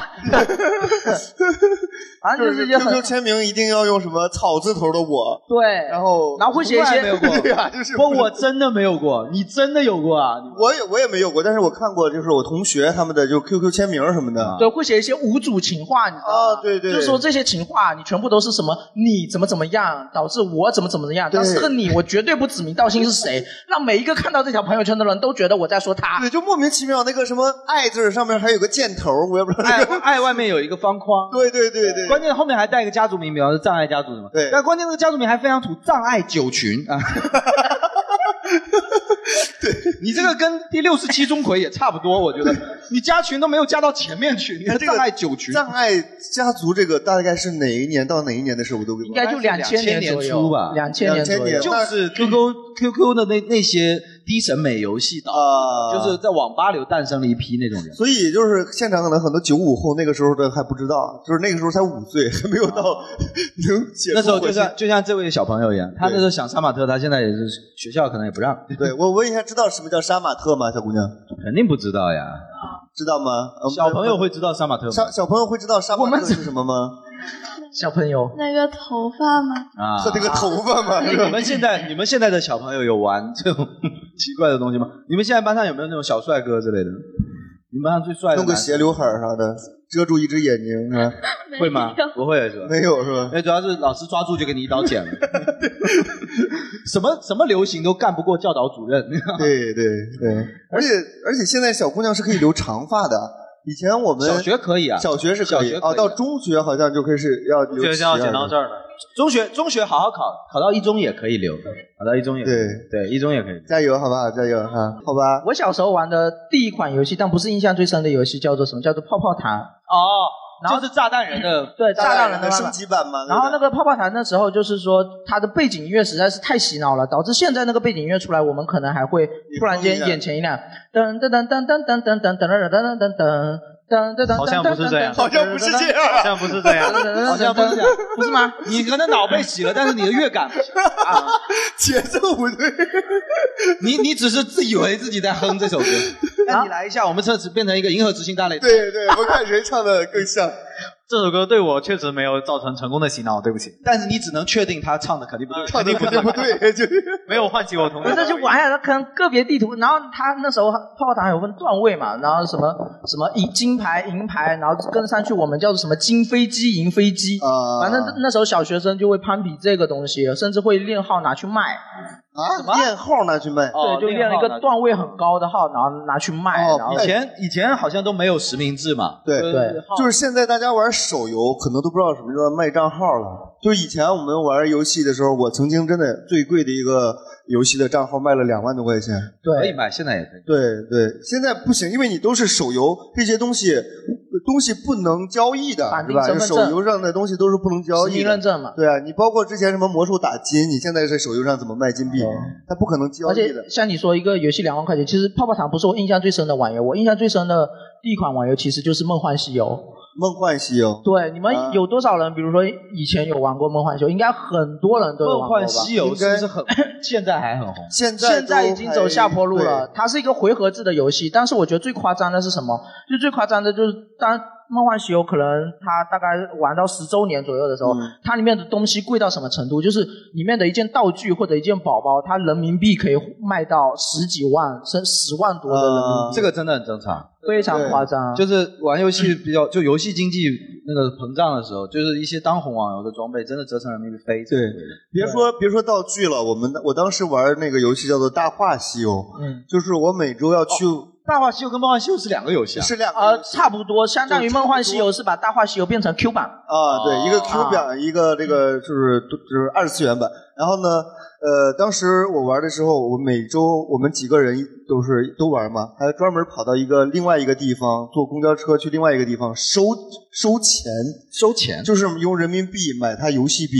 反正就是一些很
QQ 签名一定要用什么草字头的我，
对，
然后
然后会写一
从来没有
些
过
对呀，就是
不，我真的没有过，你真的有过啊？
我也我也没有过，但是我看过，就是我同学他们的就 QQ 签名什么的。
对，会写一些无主情话，你知道吗？
啊，对对，
就说这些情话，你全部都是什么？你怎么怎么样，导致我怎么怎么样？
对
但是这个你，我绝对不指名道姓是谁，让每一个看到这条朋友圈的人都觉得我在说他。
对，就莫名其妙那个什么爱字上面还有个箭头，我也不知道那
爱
个。
爱外面有一个方框，
对对对对，
哎关键后面还带一个家族名，比方说障碍家族什么。
对
但 关键这个家族名还非常土，障碍九群啊。你这个跟第六十七钟馗也差不多，我觉得你加群都没有加到前面去，你还障碍九群，
障碍家族这个大概是哪一年到哪一年的事？我都应
应该就两千
年
左右
初吧，
两千年左 右。
就是 QQ QQ 的那那些低审美游戏导
啊
致，就是在网吧里又诞生了一批那种人。
所以就是现场可能很多九五后那个时候的还不知道，就是那个时候才五岁， 还没有到能解
啊那时候就
出火
像
星
就像这位小朋友一样，他
对
那时候想杀马特，他现在也是学校可能也不让，
对我问一下，知道什么叫杀马特吗？小姑娘
肯定不知道呀。
知道吗？呃
小朋友会知道杀马特
小
吗？
小朋友会知道杀马特是什么吗？
小朋友，
那个头发 吗？
啊
和那个头 发吗？
哎
是
你
吧
们现在你们现在的小朋友有玩这种奇怪的东西吗？你们现在班上有没有那种小帅哥之类的？你们班上最帅的
弄个
男生
斜刘海儿啥的，遮住一只眼睛 啊？
会吗？不会是吧？哎
没有 是吧？
那主要是老师抓住就给你一刀 剪了，什么什么流行都干不过教导 主任。
对对对，而且而且现在小姑娘是可以留长发的，以前我们
小学可以啊，
小学是可以
小学可以
啊，到中学好像就开始要留
就
齐
要剪
耳
到
朵
这儿了。
中学中学好好考，考到一中也可以留，考到一中也可以
对
对一中也可以。
加油，好不好？加油哈，好吧。
我小时候玩的第一款游戏，但不是印象最深的游戏，叫做什么？叫做泡泡糖。
哦，然后是炸弹人的
对，炸弹人
人的
的妈妈
哎升级版嘛，
然后那
对吧
个泡泡糖那时候就是说，它的背景音乐实在是太洗脑了，导致现在那个背景音乐出来，我们可能还会突然间眼前一亮，噔噔噔噔噔噔噔噔噔噔噔噔噔噔噔噔 噔，
好像不是这 样
好
啊，
像不是这 样，
好像不是这样，不是吗？你可能脑被洗了，但是你的乐感不 行，
节奏不对。
你你只是自以为自己在哼这首歌。那你来一下，我们这次变成一个银河执行大类。
对对，我看谁唱的更像。
这首歌对我确实没有造成成功的洗脑，对不起，
但是你只能确定他啊唱的肯定不对，
肯定不
对不对， 就是
没有唤起我童
那
年。
这就玩下来，可能个别地图，然后他那时候泡泡糖有分段位嘛，然后什么什么银金牌、银牌，然后跟上去我们叫做什么金飞机、银飞机，
啊
反正那时候小学生就会攀比这个东西，甚至会练号拿去卖，
啊，练号拿去卖。
哦
对，就练了一个段位很高的号，然后拿去卖，
哦
然后
以前以前好像都没有实名制嘛，
对
就是
对
号
就是现在大家玩手游，可能都不知道什么叫卖账号了。就是以前我们玩游戏的时候，我曾经真的最贵的一个游戏的账号卖了两万多块钱。
可以
对
买，现在也可以。
对对，现在不行，因为你都是手游，这些东西东西不能交易的
绑，
是
定
吧？
身份
手
证
游上的东西都是不能交
实
易
名
的
认。证嘛。
对啊，你包括之前什么魔术打金，你现在在手游上怎么卖金币？它不可能交
嗯而
易的
且。像你说一个游戏两万块钱，其实泡泡糖不是我印象最深的网游，我印象最深的第一款网游其实就是《梦幻西游》。
梦幻西游，
对，你
啊
们有多少人，比如说以前有玩过《梦幻西游》？应该很多人都有
梦
玩过
幻
吧？
西游
应
是
该
不是很现在还很红？
现在
现
现
在已经走下坡路了。。它是一个回合制的游戏，但是我觉得最夸张的是什么？就最夸张的就是当。梦幻西游可能它大概玩到十周年左右的时候，
嗯
它里面的东西贵到什么程度？就是里面的一件道具或者一件宝宝，它人民币可以卖到十几万甚至十万多的人民币。
啊
这个真的很正常，
非常夸张，啊
就是玩游戏比较就游戏经济那个膨胀的时候，就是一些当红网游的装备真的折成人民币非常
对
贵的。
别说别说道具了，我们我当时玩那个游戏叫做《大话西游》，
嗯，
就是我每周要去、
哦
大话西游跟梦幻西游 是两个游戏啊，
是两个
呃，
游戏
差不多，相当于
就
《
差不多
梦幻西游》是把《大话西游》变成 Q 版，
啊，对，一个 Q 表，一个这个就是就是二次元版。然后呢，呃，当时我玩的时候，我每周我们几个人都是都玩嘛，还专门跑到一个另外一个地方，坐公交车去另外一个地方收收钱，
收钱。
就是用人民币买它游戏币。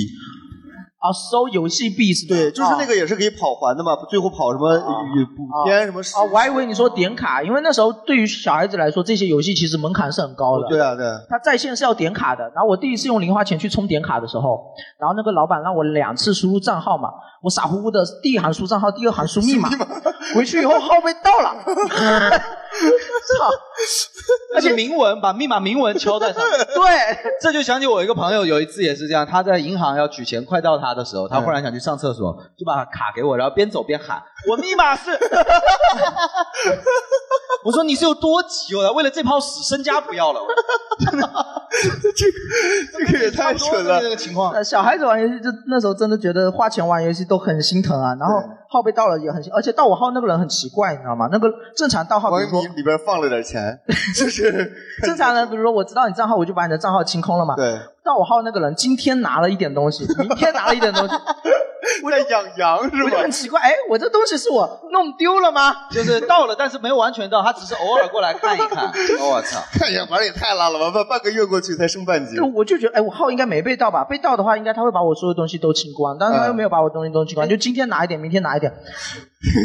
啊，收游戏币是吧？
对，就是那
啊。
个也是可以跑环的嘛，最后跑什么雨补天什么时
啊，我还以为你说点卡，因为那时候对于小孩子来说，这些游戏其实门槛是很高的。
对啊，对啊，
它在线是要点卡的。然后我第一次用零花钱去充点卡的时候，然后那个老板让我两次输入账号嘛，我傻乎乎的第一行输账号，第二行输密码，回去以后号被盗了。 操！
而且明文把密码明文敲在上面，
对，
这就想起我一个朋友有一次也是这样，他在银行要取钱快到他的时候，他
嗯
忽然想去上厕所，就把卡给我，然后边走边 喊：“我密码是。”我说你是有多急哦，为了这泡屎身家不要了，
这个也太蠢了
这。个情况。
呃，小孩子玩游戏就那时候真的觉得花钱玩游戏都很心疼啊，然后
对
号被盗了也很心，而且盗我号那个人很奇怪，你知道吗？那个正常盗号，比
万
如说
一里边放了点 钱，就是
正常人，比如说我知道你账号，我就把你的账号清空了嘛。
对，
盗我号那个人今天拿了一点东西，明天拿了一点东西，我在
养羊是
吧？我就很奇怪，哎，我这东西是我弄丢了吗？
就是到了，但是没完全到，他只是偶尔过来看一 看。哦我操！
看一眼哎玩也太烂了吧，半半个月过去才升半级
嗯
对，。我就觉得，哎，我号应该没被盗吧？被盗的话，应该他会把我所有东西都清光，但是他又没有把我东西都清光，就今天拿一点，明天拿一点。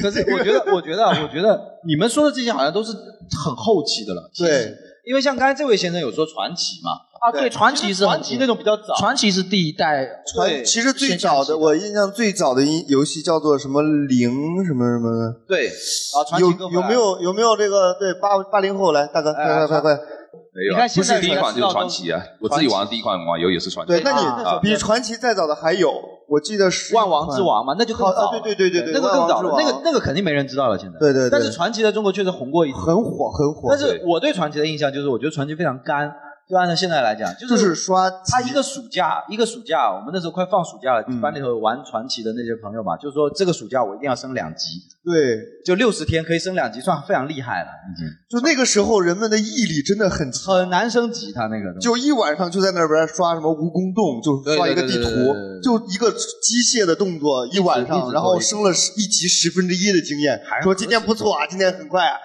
可是我觉得，我觉得，我觉得你们说的这些好像都是很后期的了。对，因为像刚才这位先生有说传奇嘛。
啊，对，传奇是
传奇那种比较早，
传奇是第一代。
传其实最早的，我印象最早的一游戏叫做什么零什么什么的。
对，啊，传
有
奇跟
有没有有没有这个对八八零后来大哥
哎
快快快快！
没有啊，
你看
不
现在
是第一
人家
款
知
就
道
是传
都
奇啊，我自己玩的第一款网游也是传奇。
对，那
啊
你比传奇再早的还有，我记得是万
王之王嘛，那就更早
啊，
了
对对对对对，
那个更早
了
了，，那个那个肯定没人知道了。现在，
对对对
但是传奇在中国确实红过一次，很
火很火
但是我对传奇的印象就是，我觉得传奇非常干。就按照现在来讲，就是
就是刷
他一个暑假一个暑假，我们那时候快放暑假
嗯
了，班里头玩传奇的那些朋友嘛，就是说这个暑假我一定要升两级，
对，嗯
就六十天可以升两级，算非常厉害了，已经。
就那个时候人们的毅力真的很
很难升级，他那个
就一晚上就在那边刷什么蜈蚣洞，就刷一个地
嗯对对对对对
图，就一个机械的动作一晚
一直
上，
做
然后
一直
升了十一级十分之一的经验，说今天不错啊，今天很快啊。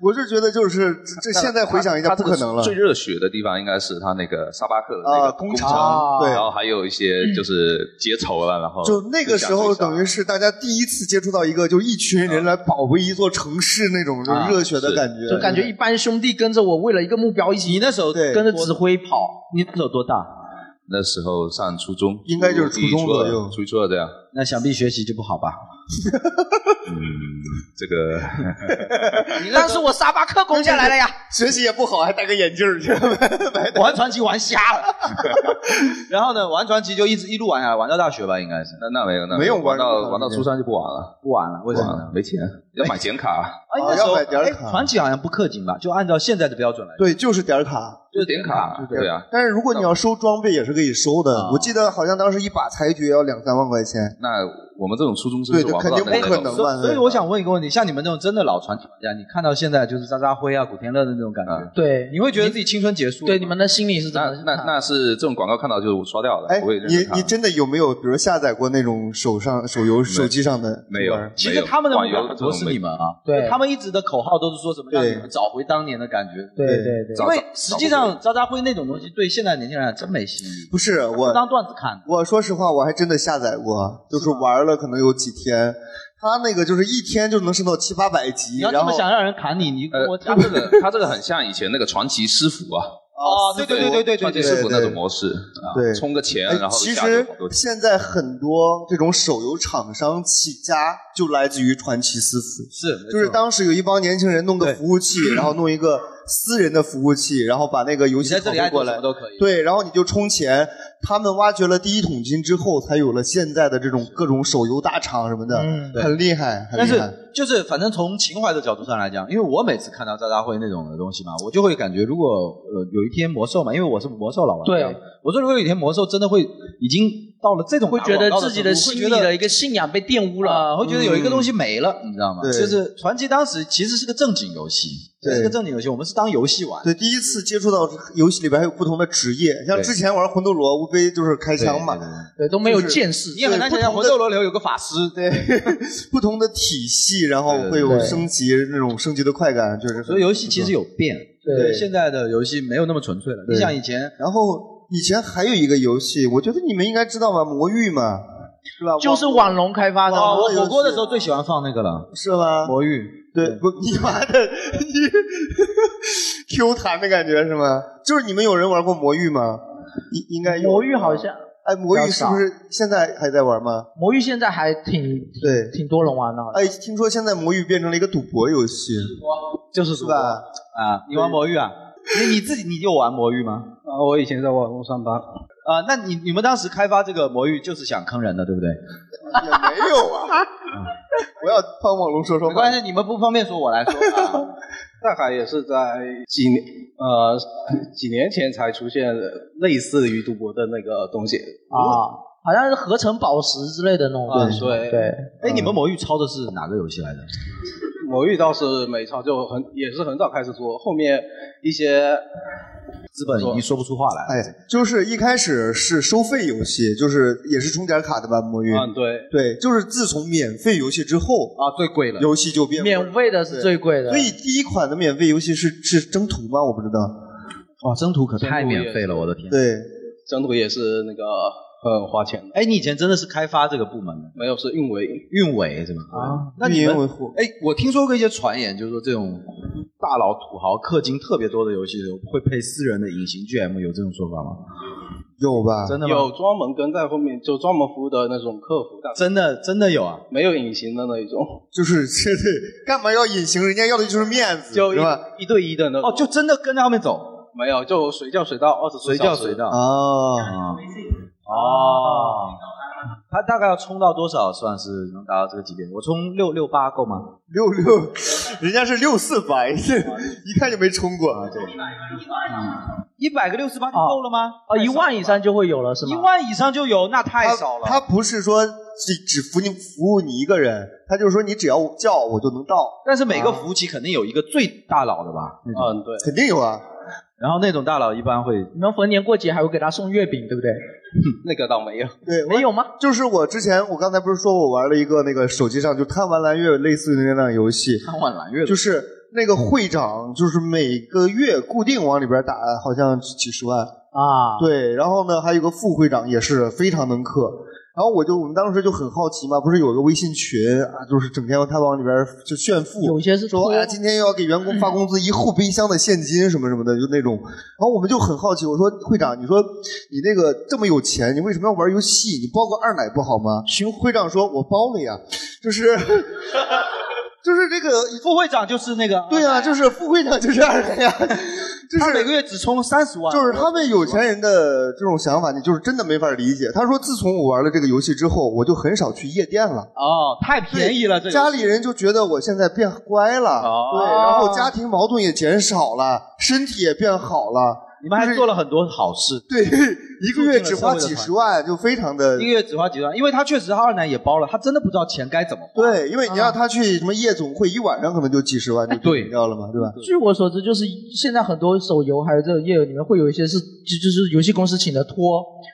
我是觉得就是这这现在回想一下
它
不
这
可
个
能了，
最热血的地方应该是他那个沙巴克的那
啊
个
工
厂，
厂对
然
哦
后还有一
嗯
些就是结仇了，然后
就那个时候，等于是大家第一次接触到一个，就一群人来保卫一座城市那种就
啊
热血的
是
感觉，
就感觉一帮兄弟跟着我，为了一个目标一起。你
那时候
跟着指挥跑，
你那时候多大？
那时候上初中，
应该就是初中
一初
左
二
右
初一初二这样。嗯
那想必学习就不好吧？
这个
但是我沙巴克攻下来了呀！
学习也不好，还戴个眼镜儿，
玩传奇玩瞎了。然后呢，玩传奇就一直一路玩下来，玩到大学吧，应该是。
那那没有，那
没有
玩
玩
到
过
玩到初三就不玩了，
不玩了，为什么呢？
没钱，要买显卡，
哎，那时候
哦要买点儿
哎
卡
传奇好像不氪金吧？就按照现在的标准来，
对，就是点儿卡。
就是点卡，对啊。
但是如果你要收装备，也是可以收的。我记得好像当时一把裁决要两三万块钱。
那我们这种初中生
对
是
这
玩不到
肯定
那
不
种
可能
的
嘛
所以我想问一个问题：像你们这种真的老传奇玩家，你看到现在就是渣渣辉啊、古天乐的那种感觉，
对，
你会觉得自己青春结束？
对，你们的心理是怎
嗯那
么？
那那是这种广告看到就是我刷掉了，
哎
不会，认真
你
看
你真的有没有，比如下载过那种手上手游手机上的？
没有
玩儿，
其实他们的目
网
标
游
很多是你们啊，
对
他们一直的口号都是说什么让
对
你们找回当年的感觉，
对对对
因为实际上渣渣辉那种东西对现在年轻人来讲真没新意，
不是
不
我
当段子看。
我说实话，我还真的下载过，就是玩了可能有几天。他那个就是一天就能升到七八百级，
你要
然
这
后哦
么想让人砍你，你
呃
我，
他这个他这个很像以前那个传奇师傅啊，
哦， 对对对对对对
传奇
对
师
对
傅那种模式，啊
对
充个钱
哎
然后
其
下就
实
好多钱。
现在很多这种手游厂商起家就来自于传奇私服，
是
就是当时有一帮年轻人弄个服务器，然后弄一个私人的服务器，然后把那个游
你
戏
在这
拷
里爱
贝
做
过
什
来
么，都可以。
对，然后你就充钱。他们挖掘了第一桶金之后，才有了现在的这种各种手游大厂什么的，
嗯
很厉害，很
但
厉害。
是就是反正从情怀的角度上来讲，因为我每次看到渣渣辉那种的东西嘛，我就会感觉如果呃有一天魔兽嘛，因为我是魔兽老玩家
对，
我说如果有一天魔兽真的会已经到了这种
会
打
觉得
广告
自己
的
的
程
心
度会
理
觉得
的一个嗯信仰被玷污
啊，
了，
会觉得有一个东西没了，你知道吗？
对
就是传奇当时其实是个正经游戏，
对
是个正经游戏，我们是当游戏玩。
对，第一次接触到游戏里边还有不同的职业，像
对
之前玩魂斗罗，无非就是开枪嘛，
对，都没有
就是
见识。
你也很难想象
对不同
魂
的
斗罗里头有个法师，对，
不同的体系，然后会有
对
升级那种升级的快感，就是很
所以游戏其实有变。
对
现在的游戏没有那么纯粹了。你
对
像以前
然后以前还有一个游戏，我觉得你们应该知道吧，魔域嘛，是吧？
就是网龙开发的
啊，
吗，
我火锅的时候最喜欢放那个了，
是吗？
魔芋。
对，不，你妈的，你 Q 弹的感觉是吗？就是你们有人玩过魔域吗？应应该有。
魔域好像，
哎，魔域
比
是
较少
不是现在还在玩吗？
魔域现在还挺
对，
挺多啊人玩的，
哎，听说现在魔域变成了一个赌博游戏，
就是
是吧？
啊，你玩魔芋啊？你你自己你有玩魔芋吗？
啊，我以前在网络上班，
啊，那你你们当时开发这个魔芋就是想坑人的，对不对？
也没有啊。不要帮网龙说说
没
话
关。系，你们不方便说，我 来说。啊
大概也是在几年呃几年前才出现类似于赌博的那个东西
啊，好像是合成宝石之类的那种
啊
东西。
对
对，
哎，你们魔芋抄的是哪个游戏来着？
魔域倒是没抄，就很也是很早开始做，后面一些
资本已经说不出话来。
哎，就是一开始是收费游戏，就是也是充点卡的吧，魔
啊
域。
嗯，对
对，就是自从免费游戏之后
啊，最贵了，
游戏就变贵了
免费的是最贵的
所以第一款的免费游戏是是征途吗？我不知道。
嗯哇，征途可
太免费了我的天
对，
征途也是那个很花钱的，
哎，你以前真的是开发这个部门的？
没有，是运维。
运维是吧？啊，那你
运营
们
嗯维护
哎，我听说过一些传言，就是说这种大佬土豪氪金特别多的游戏会配私人的隐形 GM，有这种说法吗？
有吧
真的吗？
有专门跟在后面就专门服务的那种客服，但是
真的真的有啊，
没有隐形的那一种，
就是这这干嘛要隐形？人家要的就是面子，
就是
吧？
一对一的那
哦，就真的跟在后面走，
没有，就随叫随到，二十
随叫随到
啊
哦
哦，他大概要冲到多少算是能达到这个级别？我冲六六八够吗？
六六，人家是六四八，
啊
一看就没冲过。
对，一百个六十八就够了吗？
哦
啊，一万以上就会有了是吗？
一万以上就有，那太少了。
他不是说只只服你服务你一个人，他就是说你只要叫我就能到，
但是每个服务器肯定有一个最大佬的吧？
嗯，对，
肯定有啊。
然后那种大佬一般会
你们逢年过节还会给他送月饼，对不对？
那个倒没 有。
对，没
有吗？
就是我之前，我刚才不是说我玩了一个那个手机上就贪玩蓝月类似于那档游戏，
贪玩蓝月
就是那个会长，就是每个月固定往里边打，好像几十万。
啊，
对，然后呢，还有一个副会长也是非常能氪。然后我就我们当时就很好奇嘛，不是有个微信群啊，就是整天他往里边就炫富，
有些是
说
托
哎呀，今天又要给员工发工资，一户冰箱的现金什么什么的，就那种。然后我们就很好奇，我说会长，你说你那个这么有钱，你为什么要玩游戏？你包个二奶不好吗？熊会长说，我包了呀，就是。 就是这个
副会长，就是那个啊
对呀、就是副会长，就是二奶呀，就是
他每个月只充三十万，
就是他们有钱人的这种想法，你就是真的没法理解。他说，自从我玩了这个游戏之后，我就很少去夜店了。
哦，太便宜了，这个
对家里人就觉得我现在变乖了，
哦
对，然后家庭矛盾也减少了，身体也变好 了。
你们还做了很多好事，
对，一个月只花几十万，就非常的
一个月只花几十万，因为他确实他二奶也包了，他真的不知道钱该怎么花。
对，因为你让他去什么夜总会，一晚上可能就几十
哎
万就对掉了嘛，对吧？
据我所知，就是现在很多手游还有这个页游里面会有一些是，就就是游戏公司请的托，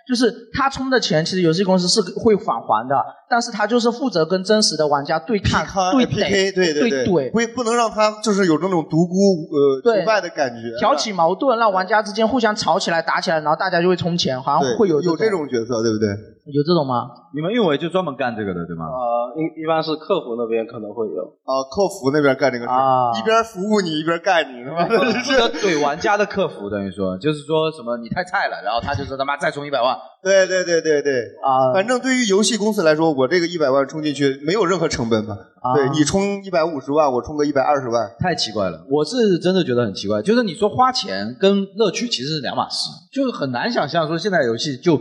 就是他充的钱，其实游戏公司是会返还的，但是他就是负责跟真实的玩家对抗、对垒
PK，、对呃
对
对
怼
不不能让他就是有那种独孤呃
对
独败的感觉，
挑起矛盾，让玩家之间互相吵起来、打起来，然后大家就会充钱，好
对
像会有
有
这
这种角色，对不对？
有这种吗？
你们运维就专门干这个的，对吗？
呃，一一般是客服那边可能会有，
啊，客服那边干这个事儿，
啊
一边服务你一边干你，他 妈的
负责 怼玩家的客服，等于说就是说什么你太菜了，然后他就说他妈再充一百万，
对对对对对
啊
反正对于游戏公司来说，我这个一百万充进去没有任何成本嘛。
啊
对你充一百五十万，我充个一百二十万，
太奇怪了。我是真的觉得很奇怪，就是你说花钱跟乐趣其实是两码事，就是很难想象说现在游戏就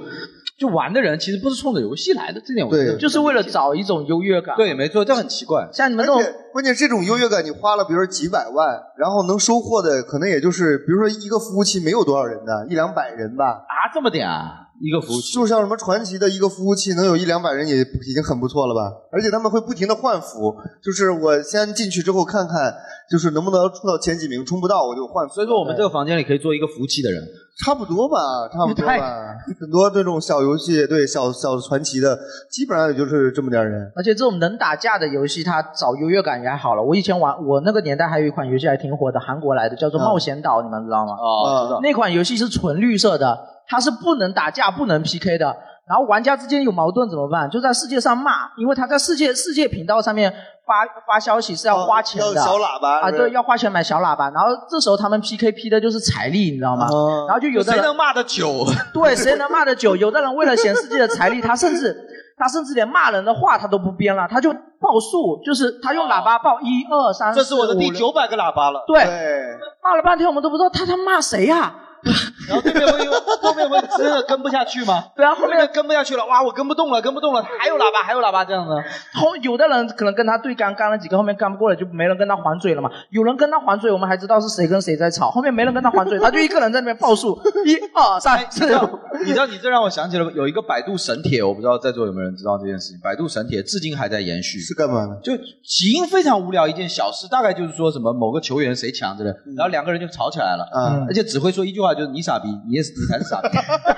就玩的人其实不是冲着游戏来的，这点我觉得
对
就是为了找一种优越感。，
对，没错，这很奇怪。
像你们
而
这种
且关键这种优越感，你花了比如说几百万，然后能收获的可能也就是比如说一个服务器没有多少人的，一两百人吧。
啊，这么点啊，一个服务器。
就像什么传奇的一个服务器能有一两百人也已经很不错了吧？而且他们会不停的换服，就是我先进去之后看看，就是能不能冲到前几名，冲不到我就换服。
所以说我们这个房间里可以做一个服务器的人，
差不多吧，差不多吧。很多这种小游戏，对小小传奇的，基本上也就是这么点儿人。
而且这种能打架的游戏，它找优越感也还好了。我以前玩，我那个年代还有一款游戏还挺火的，韩国来的，叫
嗯
做《冒险岛》，你们知道吗？
啊
哦，知道。
那款游戏是纯绿色的，它是不能打架、不能 PK 的。然后玩家之间有矛盾怎么办？就在世界上骂，因为他在世界世界频道上面发发消息是要花钱的，
要嗯小喇叭
啊，
是不是
对，要花钱买小喇叭。然后这时候他们 PK P 的就是财力，你知道吗？
嗯
然后就有的
谁
人
能骂得久？
对，谁能骂得久？有的人为了显示自己的财力，他甚至他甚至连骂人的话他都不编了，他就报数，就是他用喇叭报一二三，
这是我的第
四五
九百个喇叭了。
六对，
对，
骂了半天我们都不知道他他骂谁啊呀、
然后对面会有 后面会真的跟不下去吗？
对啊，后面
面跟不下去了，哇，我跟不动了，跟不动了，还有喇叭，还有喇叭这样的。
后有的人可能跟他对干，干了几个，后面干不过了，就没人跟他还嘴了嘛。有人跟他还嘴，我 哎们还知道是谁跟谁在吵，后面没人跟他还嘴，他就一个人在那边报数，一二三四五。
你知道，你这让我想起了有一个百度神帖，我不知道在座有没有人知道这件事情。百度神帖至今还在延续，是
干嘛呢？
就起因非常无聊，一件小事，大概就是说什么某个球员谁强之类的，然后两个人就吵起来了，
嗯
而且只会说一句话，就是你傻逼，你也是你才是傻 逼。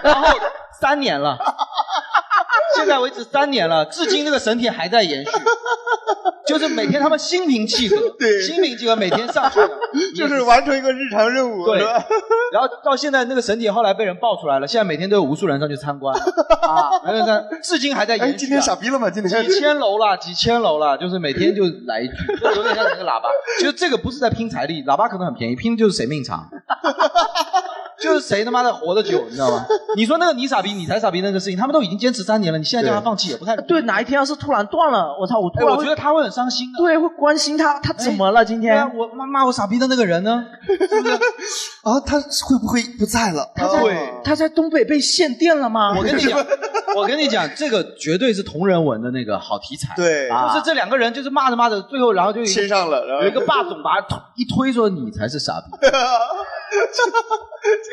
然后三年了，现在为止三年了，至今这个神帖还在延续，就是每天他们心平气和，对，心平气和每天上去，
就是完成一个日常任务，
对
是吧。
然后到现在那个神帖后来被人爆出来了，现在每天都有无数人上去参观，啊，没有看，至今还在延续、啊
哎，今天傻逼了吗？今天
几千楼了，几千楼了，就是每天就来一句，就有点像你那个喇叭。其实这个不是在拼财力，喇叭可能很便宜，拼的就是谁命长，就是谁他妈的活得久，你知道吗？你说那个你傻逼，你才傻逼那个事情，他们都已经坚持三年了，你现在叫他放弃也不太
对。哪一天要是突然断了，我操，我哎突
哎
然
我觉得他会很伤心的。
对，会关心他，他怎么了？今
对啊
天，
我妈骂我傻逼的那个人呢？
啊，他会不会不在了？啊
他在哦他在东北被限电了吗？
我跟你讲，我跟你讲，这个绝对是同人文的那个好题材。
对
就
啊
是这两个人就是骂着骂着，最后然后就有一个
亲上了然后
有一个霸总把他推一推说你才是傻逼。
这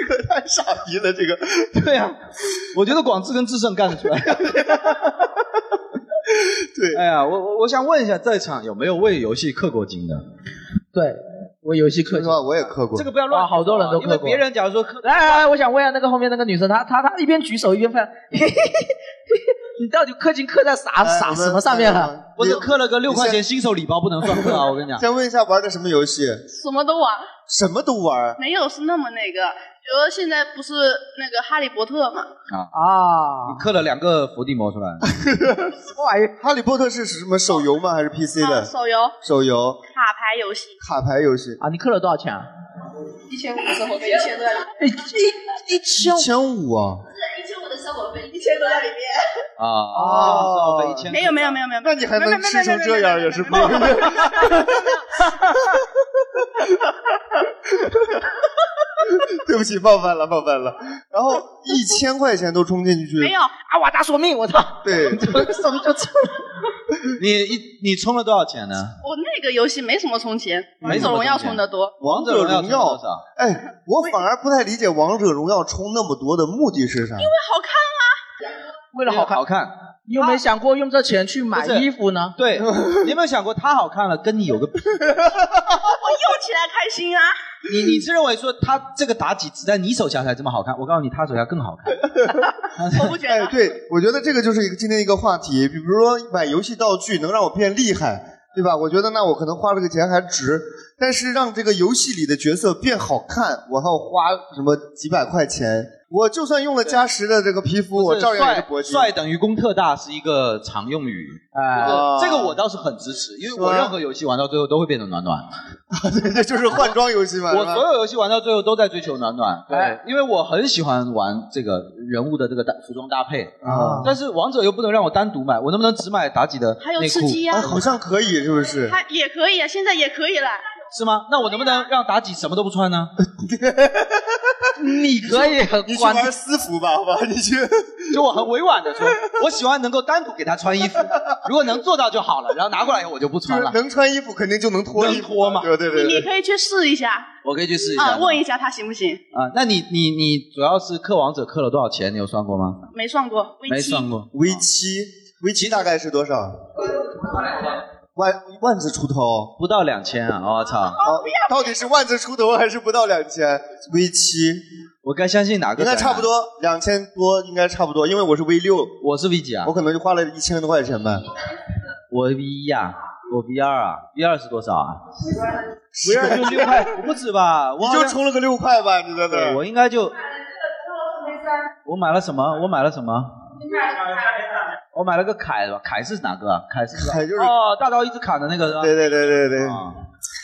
个太傻逼了，这个
对啊，我觉得广智跟智胜干得 出来。
对，
哎呀，我我我想问一下，在场有没有为游戏氪过金的？
对我游戏氪金，
我也氪过
这个不要乱
啊好多人都
因为
氪过
别人假如说氪，
来来来，哎我想问一下那个后面那个女生，她她她一边举手一边翻， 你到底氪金氪在啥
呃
啥什么上面啊了？
我只氪了个六块钱新手礼包，不能算氪 啊！我跟你讲，
先问一下玩的什么游戏？
什么都玩，
什么都玩
没有是那么那个。比如说现在不是那个《哈利波特》嘛，
啊
啊！
你氪了两个伏地魔出来，啊
什么玩意儿？哈利波特是什么手游吗？还是 PC 的？
手游
手游
卡牌游戏，
卡牌游戏
啊？你氪了多少钱？
一千五生活费，一千多在里面，
一一千
一千五啊！
一千五的生活费，一千多在里面。
啊
哦
我一千
啊
没有没有没有没有，那
你还能吃成这样也是不容易。对不起，冒犯了，冒犯了。然后一千块钱都充进去，
没有
啊！我大索命，我操！
对，
什么就
你一你充了多少钱呢？
我那个游戏没什么充钱，
没
王
什么
者荣耀
充钱
充的多。
王者荣
王者荣
耀
耀多少，
哎，我反而不太理解王者荣耀充那么多的目的是啥？
因为好看啊，
为了好看，
好看。
你有没有想过用这钱去买
不是
衣服呢？
对，你有没有想过他好看了跟你有个屁？
我用起来开心啊。
你你是认为说他这个妲己只在你手下才这么好看？我告诉你，他手下更好看。
我不觉
哎，对，我觉得这个就是一个今天一个话题，比如说买游戏道具能让我变厉害，对吧？我觉得那我可能花这个钱还值，但是让这个游戏里的角色变好看，我还要花什么几百块钱？我就算用了加十的这个皮肤，我
是
照样也是
帅
铂金。
帅等于功特大是一个常用语，
哎
啊
这个我倒是很支持，因为我
是吗
任何游戏玩到最后都会变成暖暖，
对，这就是换装游戏嘛。
我
是吧
所有游戏玩到最后都在追求暖暖，
哎
对，因为我很喜欢玩这个人物的这个搭服装搭配嗯
啊
但是王者又不能让我单独买，我能不能只买妲己的
还有
内
吃
裤？哦
鸡呀
哎好像可以，是不是？
还也可以啊，现在也可以了。
是吗？那我能不能让妲己什么都不穿 呢？
你可以很
你去
关
玩私服吧，好吧？你去。
就我很委婉的说，我喜欢能够单独给她穿衣服，如果能做到就好了，然后拿过来以后我就不
就
穿
是
了。
能穿衣服，肯定就能脱衣
能脱嘛
对对对
你
对，
可以去试一下
我可以去试一下
啊，
的
问一下他行不行？
啊，那你你你主要是氪王者氪了多少钱？你有算过吗？
没算过，
没
V 七
算过。
V 七，V 七大概是多少？万万字出头，
不到两千啊！我、操，
啊，到底是万字出头还是不到两千？V 七
我该相信哪个？
应该差不。多，两千多应该差不多，因为我是 V 六，
我是 V 几啊
我？可能就花了一千多块钱吧，
我 V 一啊，我 V 二啊，V 二是多少啊？V 二
你
就六块，我不止吧？我好像
就充了个六块吧，你在那
对，
儿
我应该就我买了什么？我买了什么？我买了个凯吧，凯是哪个啊？凯 是
凯哎就是
哦，大刀一直砍的那个是吧？
对对对对对，
啊，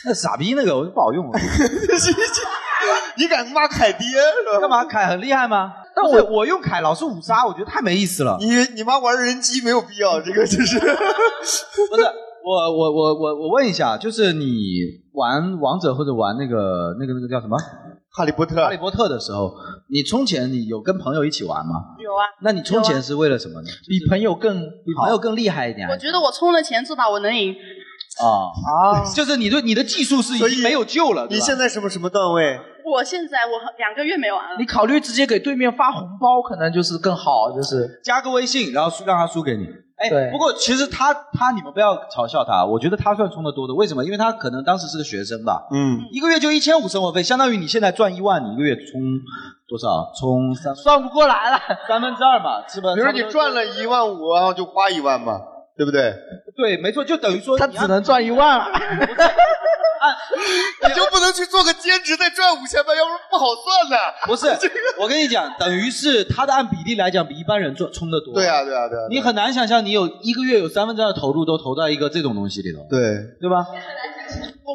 那傻逼那个我就不好用了。
你敢骂凯爹是 吧？
干嘛？凯很厉害吗？但我我用凯老是五杀，我觉得太没意思了。
你你妈玩人机没有必要，这个就是。
不是，我我我我我问一下，就是你玩王者或者玩那个那个那个叫什么
哈利波特
哈利波特的时候，你充钱你有跟朋友一起玩吗？
有啊。
那你充钱是为了什么呢？
比朋友更
比朋友更厉害一点
我觉得我充了钱至少我能赢，
啊，
啊，
就是你对你的技术是已
所以
经没有救了，
你
对吧
现在什么什么段位？
我现在我很两个月没玩了。
你考虑直接给对面发红包，可能就是更好，就是
加个微信，然后输让他输给你。哎，
对
不过其实他他你们不要嘲笑他，我觉得他算充的多的。为什么？因为他可能当时是个学生吧，
嗯，
一个月就一千五生活费，相当于你现在赚一万，你一个月充多少？充三算不过来了，三分之二嘛，是吧？
比如你赚了一万五，然后就花一万嘛，对不对？
对，没错，就等于说他
只能赚一 万了。
你就不能去做个兼职再赚五千吧？要不然不好算的。
不是，我跟你讲，等于是他的按比例来讲，比一般人赚充的多。
对啊，对啊，对啊。
你很难想象，你有一个月有三分之二的投入都投到一个这种东西里头，
对
对吧？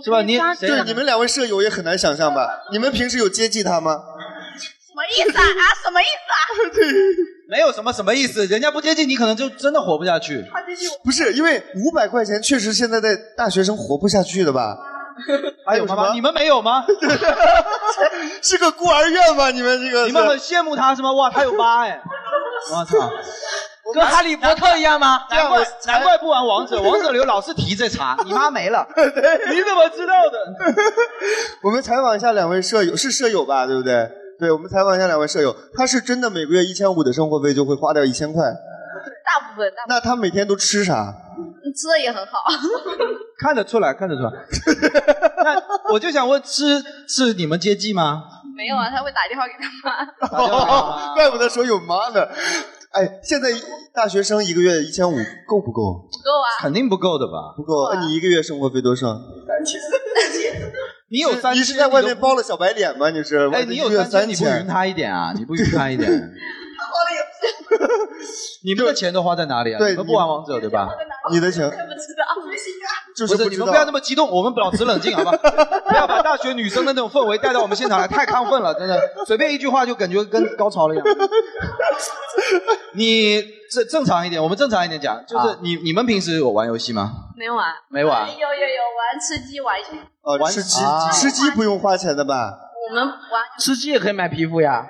是吧？你
对你们两位舍友也很难想象吧？你们平时有接济他吗？
什么意 思啊？啊，什么意思啊？
没有什么什么意思，人家不接近你，可能就真的活不下去。
不是，因为五百块钱确实现在在大学生活不下去的 吧？还有
妈
什
妈，
么？
你们没有吗？
是个孤儿院吗？你们这个
你们很羡慕他是吗？哇，他有疤哎！我操，
跟哈利波特一样吗？
难怪难怪不玩王者， 王者流老是提这 茬，你妈没了，你怎么知道的？
我们采访一下两位舍友，是舍友吧？对不对？对，我们采访一下两位舍友，他是真的每个月一千五的生活费就会花掉一千块，
大部分，大部
那他每天都吃 啥？
分吃的也很好。
看得出来，看得出来。那我就想问，吃是你们接济吗？
没有啊，他会打电话给他妈。
哦，怪不得说有妈呢。哎，现在大学生一个月一千五够不够？
不够啊，
肯定不够的吧？
不够。哎你一个月生活费多少？
三千，三千。
你有三
你是在外面包了小白脸吗？你是？
哎，你有
一个月
三千，
三
你不匀他一点啊？你不匀他 一点？ 你们的钱都花在哪里啊？
对
你们不玩王者对吧？
你的钱
不知道，不行啊。
就是
不
不
是
知
你
道
们不要那么激动，我们保持冷静，好吧？不要把大学女生的那种氛围带到我们现场来，太亢奋了，真的，随便一句话就感觉跟高潮了一样。你正正常一点，我们正常一点讲，就是你、你们平时有玩游戏吗？
没玩，
没玩
有有有玩吃鸡玩一些，
哦，
玩
吃鸡
啊
吃鸡不用花钱的吧？
我们玩
吃鸡也可以买皮肤呀。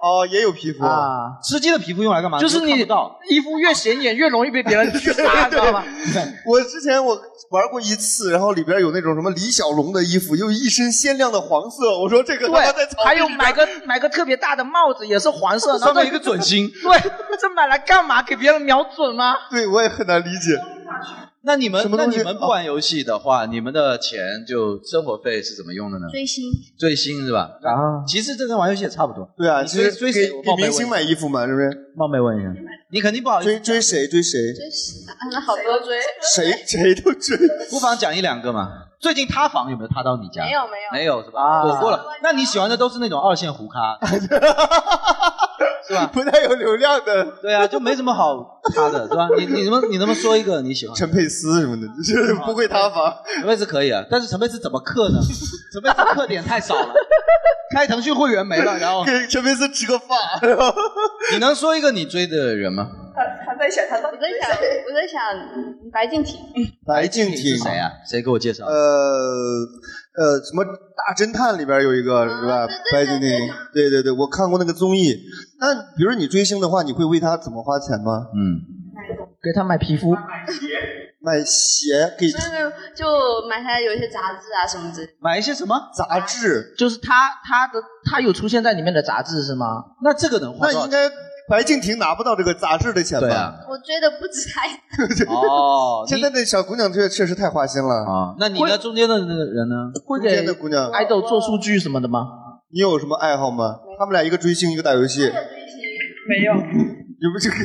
哦，也有皮肤
啊，
吃鸡的皮肤用来干嘛
就是
你
你衣服越显眼，越容易被别 人狙杀，你知道吗？
我之前我玩过一次，然后里边有那种什么李小龙的衣服，又一身鲜亮的黄色，我说这个他妈在
对，
草
还
地
有
里
买个买个特别大的帽子，也是黄色，然后
上面
这
一个准星
对， 这买来干嘛？给别人瞄准吗？
对我也很难理解。
那你们
什么
那
东
你
西
们不玩游戏的话，你们的钱就生活费是怎么用的呢？
追星，
追星是吧？啊，其实这跟玩游戏也差不多。
对啊，
你
其
追
实
追
给
谁？
给明星买衣服嘛，是不是？
冒昧问一下，你肯定不好意 思。
追追谁？追谁？
玩了好多追，
谁谁都追。
不妨讲一两个嘛。最近塌房有没有塌到你家？
没有没有
没有是吧？躲过了。那你喜欢的都是那种二线胡咖，是吧？
不太有流量的。
对啊，就没什么好塌的，是吧？ 你你能你能不能说一个你 喜欢的？
陈佩斯什么的，就是
啊
不会塌房。
陈佩斯可以啊，但是陈佩斯怎么氪 呢？陈佩斯氪点太少 了，开腾讯会员没了，然后
给陈佩斯植个发，
啊你能说一个你追的人吗？
他他在想他到我在想我在想白敬亭，
白敬亭
是谁？啊？谁给我介绍？
呃呃，什么大侦探里边有一个是吧？白敬亭，啊对对对，我看过那个综艺。那比如你追星的话，你会为他怎么花钱吗？
嗯，
给他买皮肤，
买鞋给
没有没有，就买他有一些杂志啊什么之类的。
买一些什么？
杂志，
就是他他的他有出现在里面的杂志是吗？
那这个能花
那
多少
应？该白敬亭拿不到这个杂志的钱
对
吧？
啊，
我追的不止他一 个，
哦，
现在的小姑娘确确实太花心了。
啊，那你呢？中间的那个人呢？
会
中
给
间的姑娘，
爱豆做数据什么的吗？
你有什么爱好吗？他们俩一个追星，一个打游戏，
没有，
你不这个？